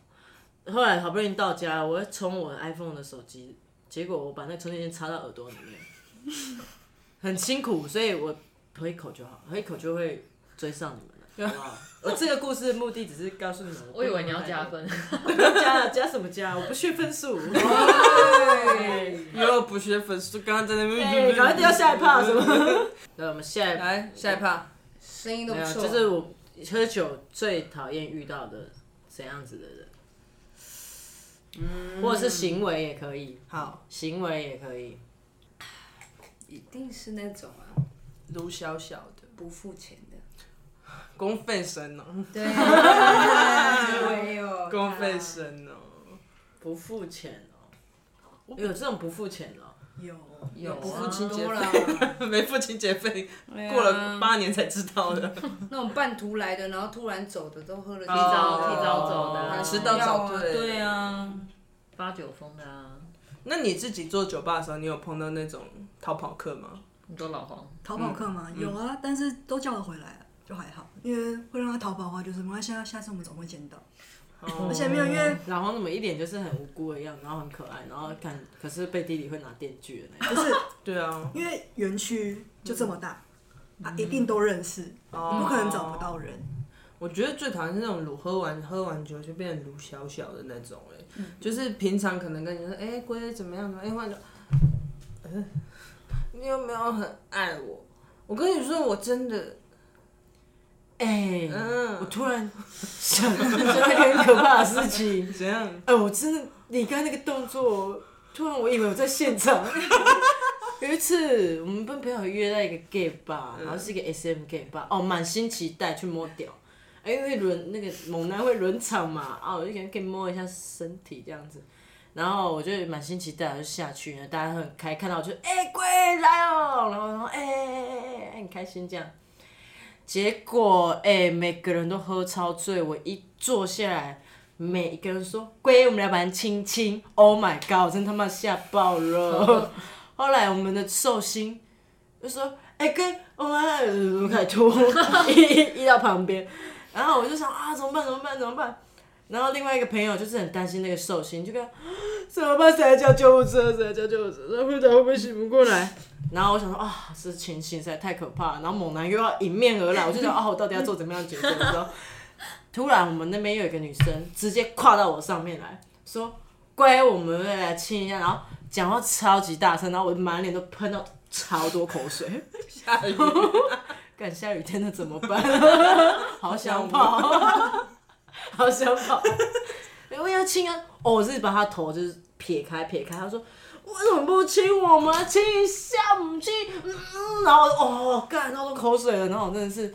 Speaker 3: 后来好不容易到家，我要充我 iPhone 的手机，结果我把那个充电线插到耳朵里面，很辛苦，所以我喝一口就好，喝一口就会追上你们 了，好不好？我这个故事的目的只是告诉你们，
Speaker 1: 我以为你要
Speaker 3: 不能
Speaker 1: 加
Speaker 3: 太
Speaker 1: 分，
Speaker 3: 加了加什么加？我不学分 数。
Speaker 2: 又不学粉丝，刚刚在那
Speaker 3: 哎，
Speaker 2: 边，
Speaker 3: 赶快掉下一趴什 么？那我们下一趴
Speaker 2: 来下一趴，
Speaker 4: 声音都
Speaker 3: 没
Speaker 4: 不
Speaker 3: 有，
Speaker 4: 错，
Speaker 3: 就是我喝酒最讨厌遇到的怎样子的人，或者是行为也可以，
Speaker 2: 好，
Speaker 3: 行为也可以。
Speaker 4: 一定是那种啊，
Speaker 2: 卢小小的
Speaker 4: 不付钱的，
Speaker 2: 公费生哦，
Speaker 4: 对， 哎 呦，
Speaker 5: 啊
Speaker 2: 公费生哦，
Speaker 3: 不付钱哦，有这种不付钱哦，
Speaker 5: 有
Speaker 4: 有啊
Speaker 2: 不付清洁
Speaker 4: 多
Speaker 2: 费
Speaker 4: 啦，
Speaker 2: 没付清洁费，
Speaker 5: 啊
Speaker 2: 过了八年才知道的，
Speaker 4: 那种半途来的，然后突然走的都喝了，提嗯
Speaker 1: 早提早走的
Speaker 2: 迟到早退，
Speaker 4: 对，啊，
Speaker 1: 八九风的啊，
Speaker 2: 那你自己做酒吧的时候，你有碰到那种逃跑客吗？
Speaker 1: 你说老黄，
Speaker 5: 逃跑客嘛，
Speaker 2: 嗯
Speaker 5: 有啊，但是都叫得回来了，就还好。因为会让他逃跑的话，就是没关系啊，下次我们总会见到。
Speaker 2: 哦
Speaker 5: 而且没有因为
Speaker 3: 老黄怎么一脸就是很无辜的样子，然后很可爱，然后看可是背地里会拿电锯的那
Speaker 5: 不是
Speaker 2: 对啊，
Speaker 5: 因为园区就这么大，啊，一定都认识，
Speaker 2: 哦
Speaker 5: 不可能找不到人。
Speaker 2: 我觉得最讨厌是那种卤喝完喝完酒就变卤小小的那种、哎、就是平常可能跟你说，哎、龟怎么样怎么样，哎、换者，呃你有没有很爱我？我跟你说，我真的，
Speaker 3: 哎、我
Speaker 2: 嗯，
Speaker 3: 突然 想到一件很可怕的事情，
Speaker 2: 怎样？
Speaker 3: 哎、我真的，你刚才那个动作，突然我以为我在现场。 有一次，我们跟朋友约在一个 gay 吧，然后是一个 SM gay 吧，哦，满心期待去摸屌，哎、因为轮那个猛男会轮场嘛，啊，我就给可以摸一下身体这样子，然后我就满心期待，我就下去，然后大家都很开，看到我就哎、鬼来哦，然后然后哎哎哎哎哎很开心这样，结果哎、每个人都喝超醉，我一坐下来。每一个人说：“龟，我们来玩亲亲。”Oh my god，我真他妈吓爆 了。后来我们的寿星就说：“哎、龟，我们来……”呃开始吐， 移移到旁边。然后我就想啊，怎么办？怎么办？怎么办？然后另外一个朋友就是很担心那个寿星，就跟他 怎么办？谁来叫救护车？谁来叫救护车？他会不会会不会醒不过来？然后我想说啊，这情形实在太可怕了。然后猛男又要迎面而来，我就想啊，我到底要做怎么样的决定？ 你知道？突然我们那边有一个女生直接跨到我上面来说：“乖，我们来亲一下。”然后讲话超级大声，然后我满脸都喷到超多口 水。
Speaker 2: 下雨，
Speaker 3: 干下雨天的怎么 办？好想跑，好想跑。因为要亲啊，哦，我是把他头就是撇开撇开，他说为什么不亲我们？亲一下不亲，嗯嗯，然后我哦干，闹出口水了，然后我真的是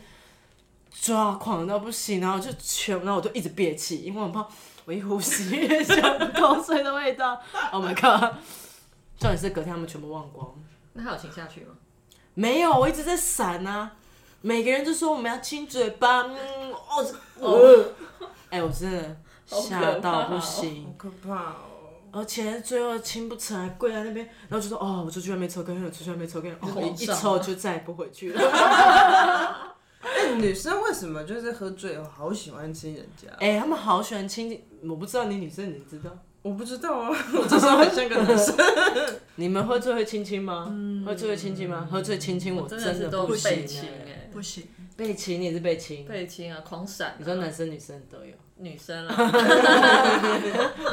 Speaker 3: 抓狂到不行，然后就全，然后我就一直憋气，因为我很怕我一呼吸 就有口水的味道。Oh my god！重点是隔天他们全部忘光。
Speaker 1: 那他有请下去吗？
Speaker 3: 没有，我一直在闪啊。每个人就说我们要亲嘴巴，嗯，哦，我、哎、我真的吓到不行
Speaker 2: 呃好，可怕哦。
Speaker 3: 而且最后亲不成，还跪在那边，然后就说哦，我出去外面抽根烟，我出去外面抽根烟，哦，我一
Speaker 2: 啊
Speaker 3: 抽就再也不回去了。
Speaker 2: 哎、女生为什么就是喝醉后好喜欢亲人家？
Speaker 3: 哎、他们好喜欢亲，我不知道你女生你知道，
Speaker 2: 我不知道啊，我就是很像个男生。
Speaker 3: 你们喝醉会亲亲吗？喝醉会亲亲吗？喝醉亲亲我
Speaker 1: 嗯真
Speaker 3: 真
Speaker 1: 的是都
Speaker 3: 不行、
Speaker 1: 被
Speaker 3: 欸，
Speaker 1: 亲哎、
Speaker 5: 不行，
Speaker 3: 被亲也是被亲，
Speaker 1: 被亲啊，狂闪、
Speaker 3: 你说男生女生 都有，
Speaker 1: 女生啊啦，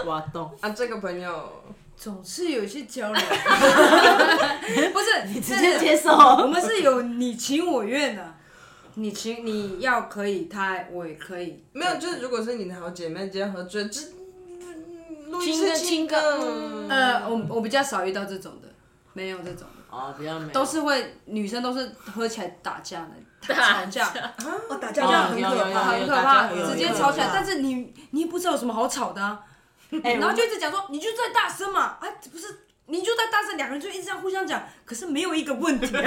Speaker 3: 挖洞，
Speaker 2: 啊，这个朋友，
Speaker 4: 总是有一些交流，不是你
Speaker 3: 直接接受。
Speaker 4: 我们是有你情我愿的，你情你要可以，他我也可以，
Speaker 2: 没有，就是如果是你的好姐妹今天喝醉，这录一
Speaker 3: 亲
Speaker 2: 次
Speaker 3: 个
Speaker 2: 亲
Speaker 3: 亲
Speaker 2: 个，
Speaker 3: 个
Speaker 2: 嗯
Speaker 4: 呃，我我比较少遇到这种的，没有这种的，
Speaker 3: 哦，比较美，
Speaker 4: 都是会女生都是喝起来打架的，吵架，
Speaker 5: 哦，打架架很
Speaker 3: 有
Speaker 5: 可
Speaker 3: 有
Speaker 5: 怕
Speaker 3: 有。
Speaker 4: 很
Speaker 3: 有
Speaker 4: 可
Speaker 3: 打
Speaker 4: 怕，
Speaker 3: 架有
Speaker 4: 直接
Speaker 5: 有
Speaker 4: 吵起来
Speaker 5: 有。
Speaker 4: 但是你你也不知道有什么好吵的啊，
Speaker 3: 哎，
Speaker 4: 然后就一直讲说你就再大声嘛，啊不是。你就再大声，两个人就一直这样互相讲，可是没有一个问题啊，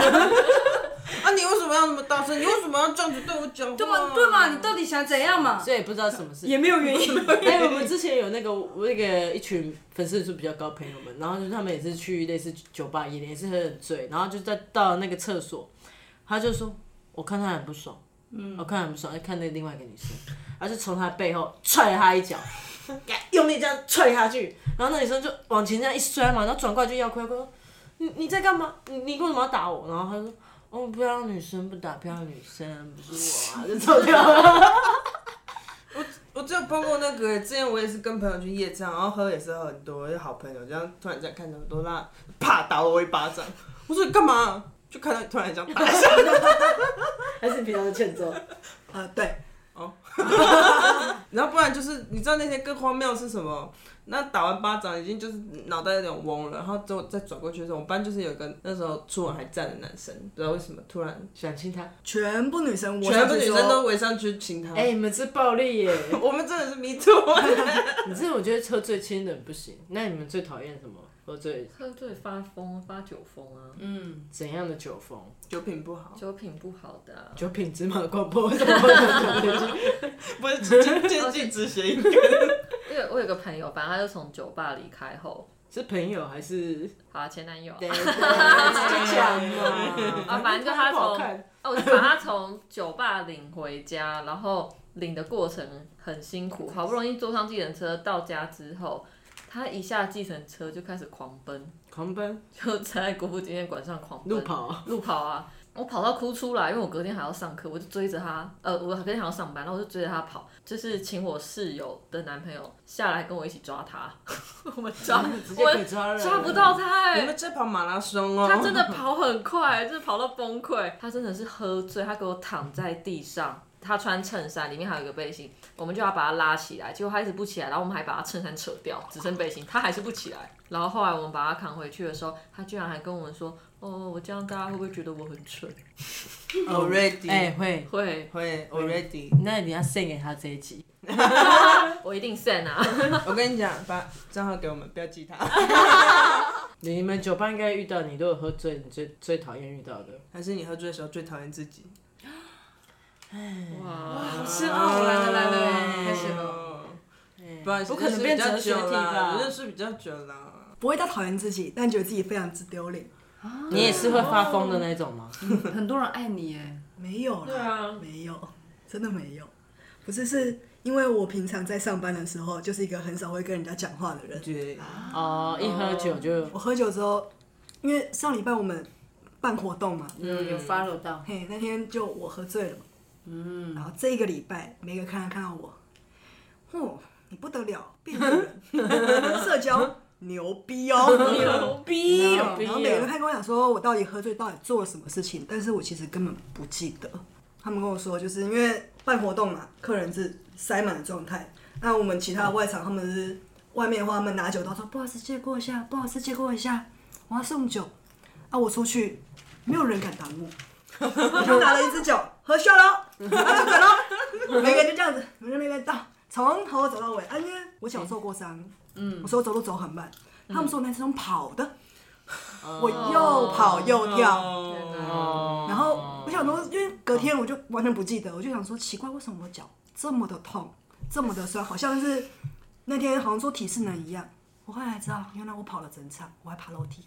Speaker 2: 啊，你为什么要那么大声？你为什么要这样子对我讲话？
Speaker 4: 对嘛对嘛，你到底想怎样嘛？
Speaker 3: 所以不知道什么事。
Speaker 4: 也没有原因。
Speaker 3: 哎，我们之前有那个我那个一群粉丝是比较高的朋友们，然后就是他们也是去类似酒吧夜店，也是喝很醉，然后就在到那个厕所，他就说，我看他很不爽，嗯，我看他很不爽，就看那另外一个女生，他就从他背后踹了他一脚， 给他用力这样踹下去，然后那女生就往前这样一摔嘛，然后转过来就要哭，要哭说，你你在干嘛？你你为什么要打我？然后他说。哦，漂亮女生不打漂亮女生，不是我啊，就走掉了。
Speaker 2: 我只有碰过那个，之前我也是跟朋友去夜唱，然后喝也是喝很多，就好朋友这样突然这样看着罗拉，啪打我一巴掌。我说你干嘛？就看到你突然这样打一下，
Speaker 3: 还是平常的欠揍。
Speaker 5: 呃，对，
Speaker 2: 然后不然就是你知道那天更荒谬是什么？那打完巴掌已经就是脑袋有点嗡了，然后之后再转过去的时候，我们班就是有一个那时候初吻还站的男生，不知道为什么突然
Speaker 3: 想亲他？
Speaker 5: 全部女生，我
Speaker 2: 全部
Speaker 5: 上去
Speaker 2: 女
Speaker 5: 说
Speaker 2: 生都围上去亲他。
Speaker 3: 哎、你们是暴力耶！
Speaker 2: 我们真的是迷 途。
Speaker 3: 你这我觉得喝醉亲人不行。那你们最讨厌什么？喝醉
Speaker 1: 喝醉发疯，发酒疯啊，
Speaker 3: 嗯怎样的酒疯？
Speaker 2: 酒品不好，
Speaker 1: 酒品不好的、啊。
Speaker 3: 酒品芝麻官破什 么？
Speaker 2: 不是禁禁禁止谐音。
Speaker 1: 因为我有个朋友，反正他就从酒吧离开后，
Speaker 3: 是朋友还是？
Speaker 1: 好啊，前男友啊，
Speaker 2: 对，直接讲 嘛。
Speaker 1: 啊，反正就他
Speaker 3: 不好
Speaker 1: 从
Speaker 3: 看，
Speaker 1: 哦，我就把他从酒吧领回家，然后领的过程很辛苦，好不容易坐上计程车到家之后，他一下计程车就开始狂奔，
Speaker 3: 狂奔
Speaker 1: 就在国父纪念馆上狂奔，
Speaker 3: 路跑，
Speaker 1: 路跑啊，我跑到哭出来，因为我隔天还要上课，我就追着他，呃，我隔天还要上班，然后我就追着他跑，就是请我室友的男朋友下来跟我一起抓他， 我们抓，
Speaker 3: 嗯直接
Speaker 1: 我
Speaker 3: 可抓人，
Speaker 1: 呃抓不。到他、
Speaker 2: 你
Speaker 1: 欸，
Speaker 2: 们在跑马拉松哦？
Speaker 1: 他真的跑很 快，就是跑到崩溃。他真的是喝醉，他给我躺在地上。他穿衬衫，里面还有一个背心，我们就要把他拉起来，结果他一直不起来，然后我们还把他衬衫扯掉，只剩背心，他还是不起来。然后后来我们把他扛回去的时候，他居然还跟我们说：“哦，我这样大家会不会觉得我很蠢
Speaker 2: already，
Speaker 3: 哎，会？”，
Speaker 1: 会，
Speaker 2: 会 already。
Speaker 3: 那你要献给他这一集。
Speaker 1: 我一定 send 啊！
Speaker 2: 我跟你讲，把账号给我们，不要记他。
Speaker 3: 你们酒吧应该遇到你，如果喝醉，你最最讨厌遇到的。
Speaker 2: 还是你喝醉的时候最讨厌自己？
Speaker 1: 哇，
Speaker 4: 是哦，来了来了，开始了。
Speaker 2: 不好意思，
Speaker 3: 我可能变
Speaker 2: 认识比较
Speaker 3: 哲
Speaker 2: 久
Speaker 3: 学题吧
Speaker 2: 啦，我认识比较久啦。
Speaker 5: 不会到讨厌自己，但觉得自己非常之丢脸。
Speaker 3: 你也是会发疯的那种吗？
Speaker 4: 很多人爱你耶，
Speaker 5: 没有啦，
Speaker 1: 对啊
Speaker 5: 没有，真的没有。不是，是因为我平常在上班的时候，就是一个很少会跟人家讲话的人。
Speaker 2: 对，
Speaker 3: 哦，一喝酒就
Speaker 5: 我喝酒之后，因为上礼拜我们办活动嘛，
Speaker 3: 有有
Speaker 2: 嗯
Speaker 4: follow 到，
Speaker 5: 嘿，那天就我喝醉了嘛，嗯，然后这一个礼拜，每个看看到我，嚯，你不得了，变个 人，社交 牛逼哦，
Speaker 1: 牛逼！
Speaker 5: 然后
Speaker 3: 逼
Speaker 5: 然后每个人还跟我讲说，我到底喝醉，到底做了什么事情，但是我其实根本不记得。他们跟我说，就是因为办活动嘛，客人是塞满的状态，那我们其他的外场他们是外面的话，他们拿酒到说不好意思借过一下，不好意思借过一下，我要送酒。啊，我出去，没有人敢挡我。 我就 拿了一支酒，喝笑喽，然后就走喽，每个人就 这样子，每个人每个人到，从头走到尾。啊，因为我小受过伤，嗯，我说我走路走很慢，他们说我那是用跑的， 我又跑又跳，
Speaker 3: 哦，
Speaker 5: 然后我想说，因为隔天我就完全不记得，我就想说奇怪，为什么我脚这么的痛，这么的酸，好像是那天好像做体适能一样。我后来才知道，原来我跑了整场，我还爬楼梯，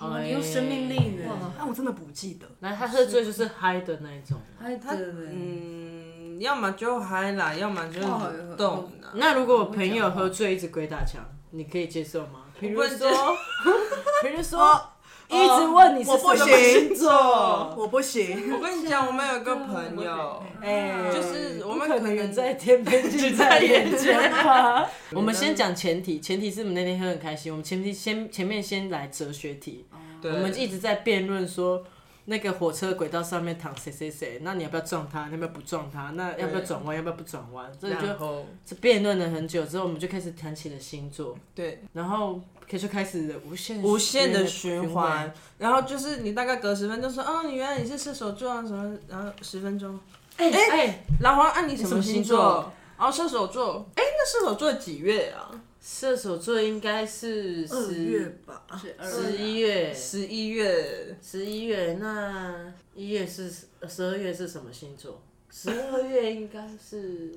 Speaker 4: 哇哎你用生命力呢，
Speaker 5: 但我真的不记得。
Speaker 3: 那他喝醉就是嗨的那一种。
Speaker 4: 还真
Speaker 2: 嗯，要么就嗨啦，要么就
Speaker 1: 哦
Speaker 4: 哇
Speaker 2: 动啦。
Speaker 3: 那如果我朋友喝醉一直鬼打墙，你可以接受吗？比如
Speaker 2: 不是说
Speaker 3: 比如说，一直问你是
Speaker 5: 我不
Speaker 3: 什么
Speaker 5: 行
Speaker 3: 星座，
Speaker 5: 我不行，
Speaker 2: 我跟你讲，我们有一个朋友，
Speaker 3: 哎
Speaker 2: 就是我
Speaker 3: 不
Speaker 2: 们
Speaker 3: 可
Speaker 2: 能
Speaker 3: 能远在天边，近在眼前吧。 我们先讲前提，前提是我们那天喝很开心。我们前提先前面先来哲学题，
Speaker 2: 对
Speaker 3: 我们一直在辩论说。那个火车轨道上面躺谁谁谁，那你要不要撞他？你要不要不撞他？那要不要转弯？要不要不转弯？这就
Speaker 2: 然后
Speaker 3: 这辩论了很久之后，我们就开始谈起了星座，
Speaker 2: 对
Speaker 3: 然后可就开始了无限
Speaker 2: 无限的
Speaker 3: 循
Speaker 2: 循环，，然后就是你大概隔十分钟说，哦，你原来你是射手座啊什么，然后十分钟，
Speaker 3: 哎哎、
Speaker 2: 老黄，按你什
Speaker 3: 什么
Speaker 2: 么星
Speaker 3: 星座
Speaker 2: 座？哦，射手座，哎，那射手座几月啊？
Speaker 3: 射手座应该是
Speaker 5: 二月
Speaker 3: 十
Speaker 5: 吧，
Speaker 3: 十一月
Speaker 2: 十一月，
Speaker 3: 十一月，那一月是十二月是什么星座？十二月应该是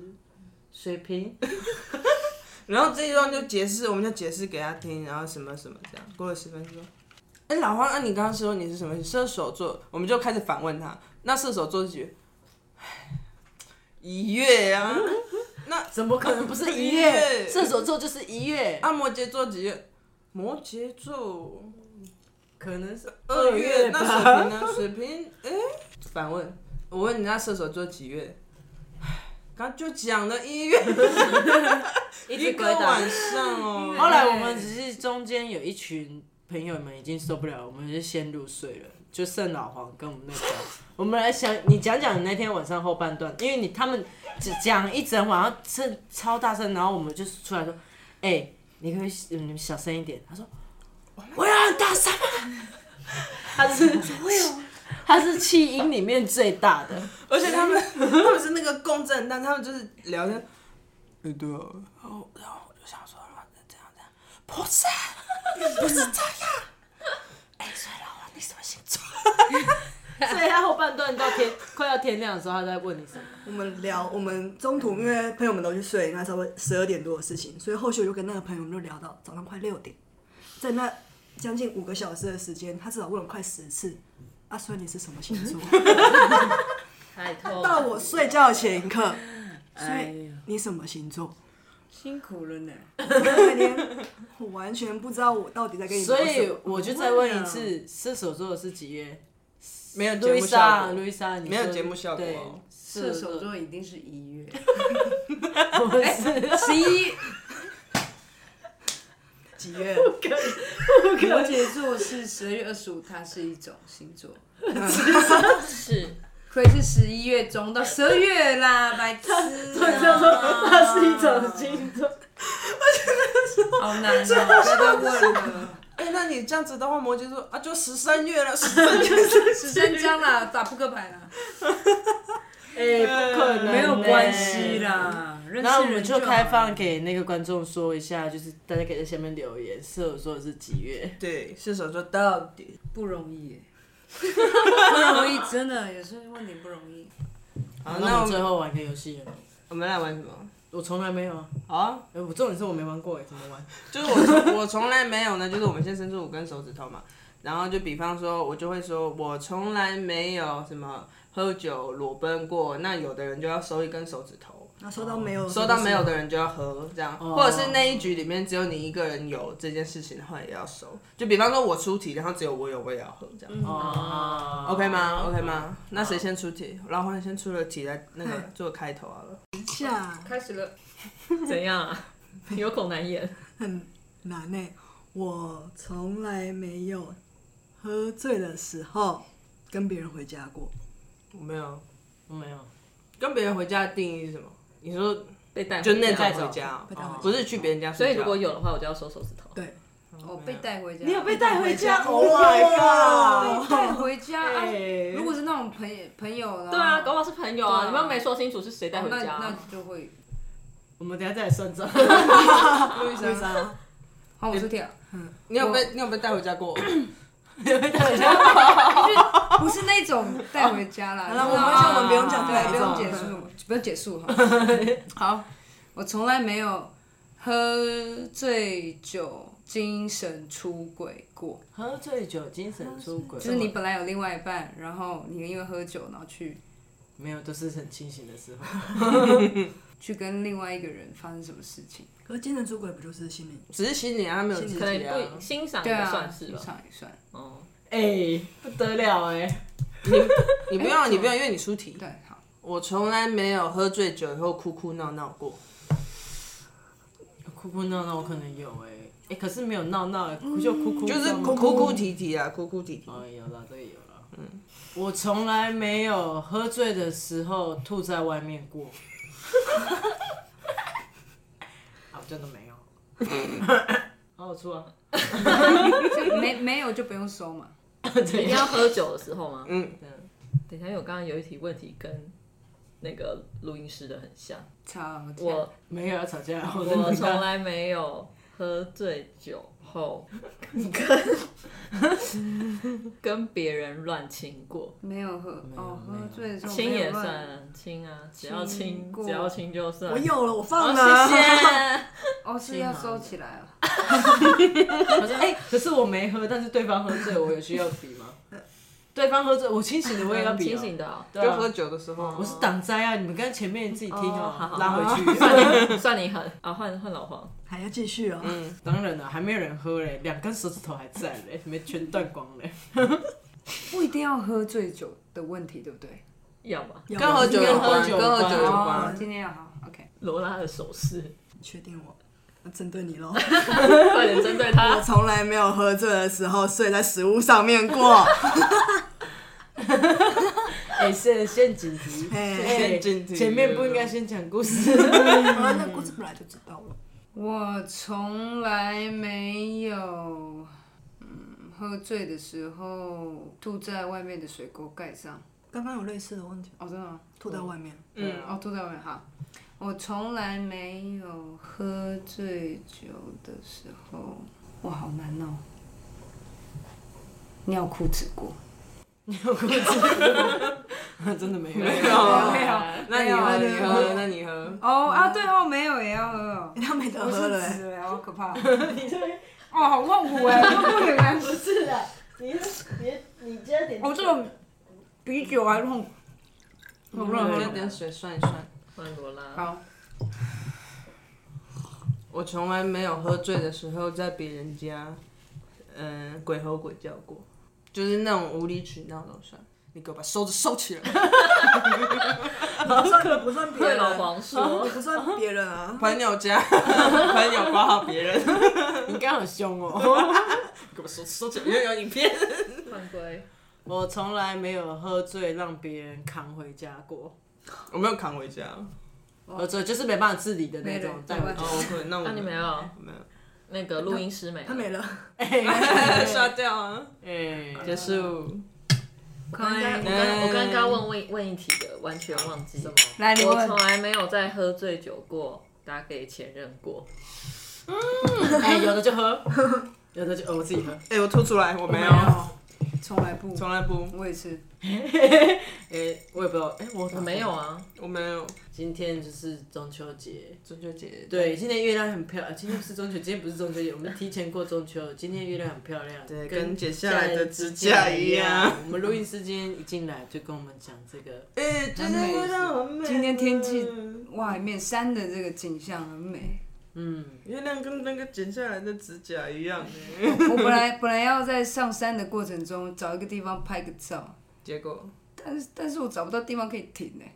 Speaker 3: 水瓶，
Speaker 2: 然后这一段就解释，我们就解释给他听，然后什么什么这样，过了十分钟。哎，老黄，那、你刚刚说你是什么射手座？我们就开始反问他。那射手座是几月？一月啊。
Speaker 3: 怎么可能不是 一
Speaker 2: 一
Speaker 3: 月？
Speaker 2: 月
Speaker 3: 射手座就是一月，
Speaker 2: 啊，摩羯座几月？摩羯座
Speaker 3: 可能是
Speaker 2: 二月。那水
Speaker 3: 吧
Speaker 2: 瓶呢？水瓶，哎、反问，我问你，那射手座几月？刚就讲了一月，
Speaker 3: 一
Speaker 2: 一
Speaker 3: 直
Speaker 2: 个
Speaker 3: 鬼打
Speaker 2: 晚上哦。
Speaker 3: 后来我们只是中间有一群朋友们已经受不了，我们就先入睡了，就剩老黄跟我们那个。我们来想，你讲讲你那天晚上后半段，因为你他们只讲一整晚，然后是超大声，然后我们就出来说，哎、你可不可以嗯小声一点？他说我要很大声啊，他是 他是气音里面最大的，
Speaker 2: 而且他们 他们是那个共振，但他们就是聊天。哎、对啊，然后然后我就想说，啊这样这样，不是啊，不是这样。哎、所以老王，你什么星座？
Speaker 3: 所以他后半段到天快要天亮的时候，他在问你什么？
Speaker 5: 我们聊，我们中途因为朋友们都去睡，那差不多十二点多的事情，所以后续我就跟那个朋友们就聊到早上快六点，在那将近五个小时的时间，他至少问了快十次。啊，所以你是什么星座？
Speaker 1: 太痛
Speaker 5: 到我睡觉前一刻，所
Speaker 2: 哎
Speaker 5: 以
Speaker 2: 呦
Speaker 5: 你什么星座？
Speaker 4: 辛苦了呢。
Speaker 5: 那天我完全不知道我到底在跟你
Speaker 3: 所
Speaker 5: 聊什么。
Speaker 3: 以我就再问一次，射手座是几月？
Speaker 2: 没有
Speaker 3: 路
Speaker 2: 节
Speaker 3: 易
Speaker 2: 目效
Speaker 3: 莎，
Speaker 2: 果
Speaker 3: 路，易莎，你
Speaker 2: 没有
Speaker 3: 说
Speaker 2: 节目效果
Speaker 3: 对
Speaker 2: 哦，
Speaker 4: 射
Speaker 3: 射
Speaker 4: 手座一定是一月， 哎
Speaker 3: 不是
Speaker 4: 十一
Speaker 5: 几月？
Speaker 4: 摩羯座是十二月二十五，它是一种星座，
Speaker 1: 是
Speaker 4: 可以是十一月中到十二月啦，白 痴、啊。
Speaker 3: 叫做它是一种星座。
Speaker 4: 好难哦、不要再问 了，
Speaker 2: 哎、那你这样子的话，摩羯座啊，就十三月了，十三 月
Speaker 4: 只剩这样啦，打扑克牌啦，
Speaker 3: 哎，不可能，嗯
Speaker 4: 没有关系。啦，认
Speaker 3: 然后我
Speaker 4: 识
Speaker 3: 们
Speaker 4: 人
Speaker 3: 就
Speaker 4: 就
Speaker 3: 开放
Speaker 4: 好
Speaker 3: 给那个观众说一下，就是大家可以在下面留言，射手座是几月？
Speaker 2: 对，射手座到底
Speaker 4: 不容易耶，不容易，真的有时候问题不容易。
Speaker 2: 好，
Speaker 3: 那
Speaker 2: 那
Speaker 3: 我
Speaker 2: 我
Speaker 3: 们最
Speaker 2: 们
Speaker 3: 后玩个游戏了，
Speaker 2: 我们来玩什么？
Speaker 3: 我从来没有啊，
Speaker 2: 好啊，
Speaker 3: 哎我重点是我没玩过哎，怎么玩？
Speaker 2: 就是我从我从来没有呢，就是我们先伸出五根手指头嘛，然后就比方说，我就会说我从来没有什么喝酒裸奔过，那有的人就要收一根手指头。
Speaker 5: 那收到没有？
Speaker 2: 收到没有的人就要喝，这样，
Speaker 3: 哦
Speaker 2: 或者是那一局里面只有你一个人有这件事情的话，也要收。就比方说我出题，然后只有我有，我也要喝，这样、
Speaker 3: 嗯哦
Speaker 2: o k 吗？OK 吗？那谁先出题？老黄先出了题来 那个做开头好了。
Speaker 5: 一下
Speaker 4: 嗯开始了，
Speaker 1: 怎样啊？有口难言，
Speaker 5: 很难呢、我从来没有喝醉的时候跟别人回家过。
Speaker 2: 我没有
Speaker 3: 我没有，
Speaker 2: 跟别人回家的定义是什么？你说
Speaker 1: 被带回
Speaker 2: 就内
Speaker 1: 家
Speaker 2: 在回家
Speaker 5: 被带
Speaker 2: 哦
Speaker 5: 回，
Speaker 2: 不是去别人家
Speaker 1: 所以
Speaker 2: 睡觉。
Speaker 1: 如果有的话，我就要收手指头。
Speaker 5: 对，
Speaker 4: 我哦被带回家，
Speaker 5: 家？Oh my
Speaker 4: 被带回家。啊
Speaker 3: 哎
Speaker 4: 如果是那种朋友朋友啦，
Speaker 1: 对啊，搞不好是朋友
Speaker 4: 对
Speaker 1: 啊，
Speaker 4: 啊
Speaker 1: 你们没说清楚是谁带回
Speaker 4: 那
Speaker 1: 家啊。
Speaker 4: 那就会。
Speaker 3: 我们等一下再来算账。
Speaker 5: god！为啥？
Speaker 4: 好，我出啊 题了，
Speaker 2: 你有被你有被带回家过？
Speaker 4: 不是那种带回家啦。
Speaker 5: 好了，
Speaker 4: 你
Speaker 5: 我
Speaker 4: 知道
Speaker 5: 们
Speaker 4: 吗
Speaker 5: 像我们不用讲
Speaker 4: 对，
Speaker 5: 太
Speaker 4: 不用
Speaker 5: 多，
Speaker 4: 结束，不用结束哈。 好，我从来没有喝醉酒精神出轨过，
Speaker 3: 喝醉酒精神出轨，
Speaker 4: 就是你本来有另外一半，然后你因为喝酒，然后去
Speaker 3: 没有，都是很清醒的时候。
Speaker 4: 去跟另外一个人发生什么事情，
Speaker 5: 可是精神出轨不就是心理？
Speaker 2: 只是心里啊，他没有肢
Speaker 1: 可
Speaker 2: 体啊。
Speaker 1: 能不欣赏
Speaker 4: 对
Speaker 1: 也
Speaker 4: 啊，
Speaker 1: 算是
Speaker 4: 也
Speaker 1: 吧。
Speaker 4: 算也算，
Speaker 1: 哦，
Speaker 3: 哎、不得了哎、
Speaker 2: 你不用，你不用，因为你出题。
Speaker 4: 对，好，
Speaker 2: 我从来没有喝醉酒以后哭哭闹闹过。
Speaker 3: 哭哭闹闹我可能有哎、哎、可是没有闹闹，就哭哭，
Speaker 2: 就是哭哭哭。啼啼啊，哭哭啼啼。
Speaker 3: 哦，有了，这个有了。嗯，我从来没有喝醉的时候吐在外面 过。啊，我真的没有。 好好出啊！
Speaker 4: 就没没有就不用收嘛，
Speaker 1: 一定要喝酒的时候吗？啊
Speaker 2: 嗯，
Speaker 1: 等一下，因为我刚刚有一题问题跟那个录音师的很像。
Speaker 4: 操，
Speaker 1: 我
Speaker 3: 没有要吵架，我真的
Speaker 1: 我从来没有喝醉酒后跟跟别人乱亲过，
Speaker 4: 没有喝哦，
Speaker 3: 没有
Speaker 4: 喝醉的时候
Speaker 1: 亲
Speaker 4: 没有
Speaker 1: 也
Speaker 4: 乱
Speaker 1: 算亲啊，只要
Speaker 4: 亲
Speaker 1: 亲
Speaker 4: 过
Speaker 1: 只要亲就算
Speaker 5: 我。有了，我
Speaker 1: 好
Speaker 5: 放了。
Speaker 1: 谢谢。
Speaker 4: 哦，是要收起来了，
Speaker 3: 可是哎、可是 我没喝，但是对方喝醉，我有需要比 吗？对方喝醉，我清醒的我也要
Speaker 1: 嗯
Speaker 3: 比、
Speaker 1: 清醒，的哦，
Speaker 3: 对、
Speaker 2: 就
Speaker 3: 啊
Speaker 2: 喝。酒的时候
Speaker 3: 我，是挡灾啊！你们刚前面自己听
Speaker 1: 哦
Speaker 3: 哦
Speaker 1: 好好
Speaker 3: 拉回去。
Speaker 1: 算你 算你狠啊！换换老黄，
Speaker 5: 还要继续哦。
Speaker 2: 嗯，
Speaker 3: 当然了，还没有人喝嘞，两根手指头还在嘞，没全断光嘞。
Speaker 4: 不一定要喝醉酒的问题，对不对？
Speaker 1: 要吧？
Speaker 5: 有
Speaker 2: 跟喝酒有关，
Speaker 3: 跟
Speaker 2: 跟
Speaker 3: 喝
Speaker 2: 喝
Speaker 3: 酒
Speaker 2: 酒
Speaker 3: 有
Speaker 2: 有
Speaker 4: 哦
Speaker 2: 关，。
Speaker 4: 今天要好，OK，
Speaker 1: 罗拉的手势，
Speaker 5: 确定我，那针对你喽。
Speaker 1: 快点针对
Speaker 5: 我
Speaker 1: 他。
Speaker 5: 从来没有喝醉的时候睡在食物上面 过。
Speaker 3: 哎、是陷阱题，
Speaker 5: 哎，
Speaker 2: 陷阱题
Speaker 3: 前面不应该先讲故事。
Speaker 5: 啊那故事本来就知道了。
Speaker 4: 我从来没有，嗯，喝醉的时候吐在外面的水沟盖上。
Speaker 5: 刚刚有类似的问题，
Speaker 4: 哦，真的吗？
Speaker 5: 吐在外面。
Speaker 2: 嗯，
Speaker 4: 哦，吐在外面。好，我从来没有喝醉酒的时候，哇，好难哦。尿裤子过，
Speaker 3: 真的没有，
Speaker 2: 哦
Speaker 4: 没有
Speaker 2: 啊那你喝，你喝，那你喝，
Speaker 4: 啊 哦啊，对哦，没有也要喝哦，
Speaker 5: 哎他没得
Speaker 4: 我
Speaker 5: 喝
Speaker 4: 是
Speaker 5: 了欸，
Speaker 4: 纸哎，好可怕。
Speaker 3: 你这边
Speaker 4: 哦，好痛苦哎，痛苦 很难。
Speaker 3: 不是的，你你你今天点
Speaker 4: 我哦这个比酒啊还痛。
Speaker 3: 嗯
Speaker 2: 我用点水算一算。
Speaker 1: 换罗拉，
Speaker 4: 好，
Speaker 2: 我从来没有喝醉的时候在别人家，嗯、鬼吼鬼叫过，就是那种无理取闹都算。你给我把收子收起来，
Speaker 5: 不算不算别
Speaker 1: 对
Speaker 5: 人
Speaker 1: 老
Speaker 5: 啊，
Speaker 1: 黄说，
Speaker 5: 不算别人啊，
Speaker 2: 朋友家， 朋友管好别人，
Speaker 3: 你刚刚很凶哦。
Speaker 2: 给我收收起来，因为有影片。
Speaker 1: 犯规，
Speaker 3: 我从来没有喝醉让别人扛回家过，
Speaker 2: 我没有扛回家，
Speaker 3: 喝醉就是没办法自理的那
Speaker 4: 没
Speaker 3: 种
Speaker 4: 人，
Speaker 3: 带回
Speaker 4: 没
Speaker 3: 家
Speaker 2: 哦，。我可能那我
Speaker 1: 那你没有
Speaker 2: 没有
Speaker 1: 那个录音师没
Speaker 5: 他没了。
Speaker 2: 刷掉啊，
Speaker 3: 哎，
Speaker 2: 结束。
Speaker 1: 我刚刚我刚我刚刚问问问一题的，完全忘记。
Speaker 4: 来你
Speaker 1: 我
Speaker 4: 问
Speaker 1: 从。来没有在喝醉酒过，打给前任过。
Speaker 3: 哎，有的就喝， 有的就呃我自己喝。
Speaker 2: 哎、我吐出来，我没有，
Speaker 4: 从来不，
Speaker 2: 从来不，
Speaker 4: 我也是。
Speaker 3: 哎，我也不知道，哎，我
Speaker 1: 我没有。啊，
Speaker 2: 我没有。
Speaker 3: 今天就是中秋节，
Speaker 2: 中秋节，
Speaker 3: 对，今天月亮很漂亮。今天不是中秋，今天不是中秋节，我们提前过中秋。今天月亮很漂亮，
Speaker 2: 对，跟剪下来的指甲一样。。
Speaker 3: 我们录音师今天一进来就跟我们讲这个，
Speaker 2: 哎、真的味道很美。
Speaker 4: 今天天气外面山的这个景象很美。
Speaker 3: 嗯，
Speaker 2: 月亮跟那个剪下来的指甲一样，
Speaker 4: 我本来 本来要在上山的过程中找一个地方拍个照，
Speaker 2: 结果
Speaker 4: 但是但是我找不到地方可以停哎、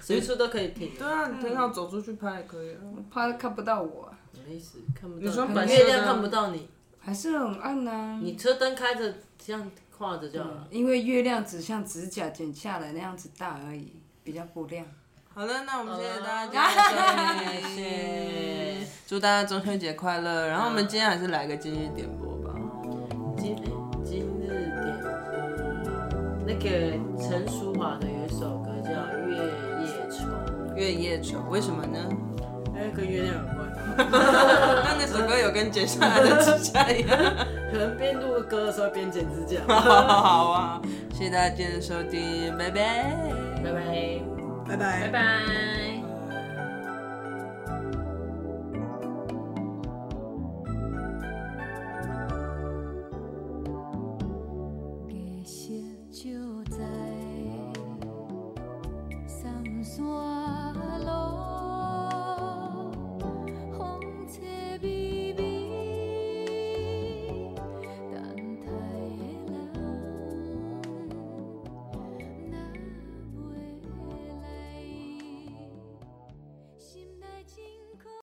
Speaker 3: 随处都可以停。
Speaker 2: 对啊，挺好，走出去拍也可以啊。
Speaker 4: 我怕看不到我啊、
Speaker 3: 什么意思？看不到
Speaker 2: 你说
Speaker 4: 白色的
Speaker 3: 月亮看不到你，
Speaker 4: 还是很暗呐、啊。
Speaker 3: 你车灯开着，这样画着就好了。
Speaker 4: 因为月亮只像指甲剪下来那样子大而已，比较不亮。
Speaker 2: 好了，那我们谢谢大
Speaker 4: 啊
Speaker 3: 好
Speaker 2: 家，
Speaker 3: 了
Speaker 2: 谢谢，祝大家中秋节快乐。然后我们今天还是来个今日点播吧。
Speaker 3: 今哎今日点播那个陈淑桦的有一首歌叫《月夜愁》，
Speaker 2: 月夜愁，为什么呢？
Speaker 3: 哎，跟月亮有关。
Speaker 2: 那那首歌有跟剪下来的指甲一样。
Speaker 3: 可能边录歌的时候边剪指甲。
Speaker 2: 好啊，谢谢大家今天的收听，拜拜。
Speaker 1: 拜拜，
Speaker 5: 拜拜
Speaker 1: 拜。拜。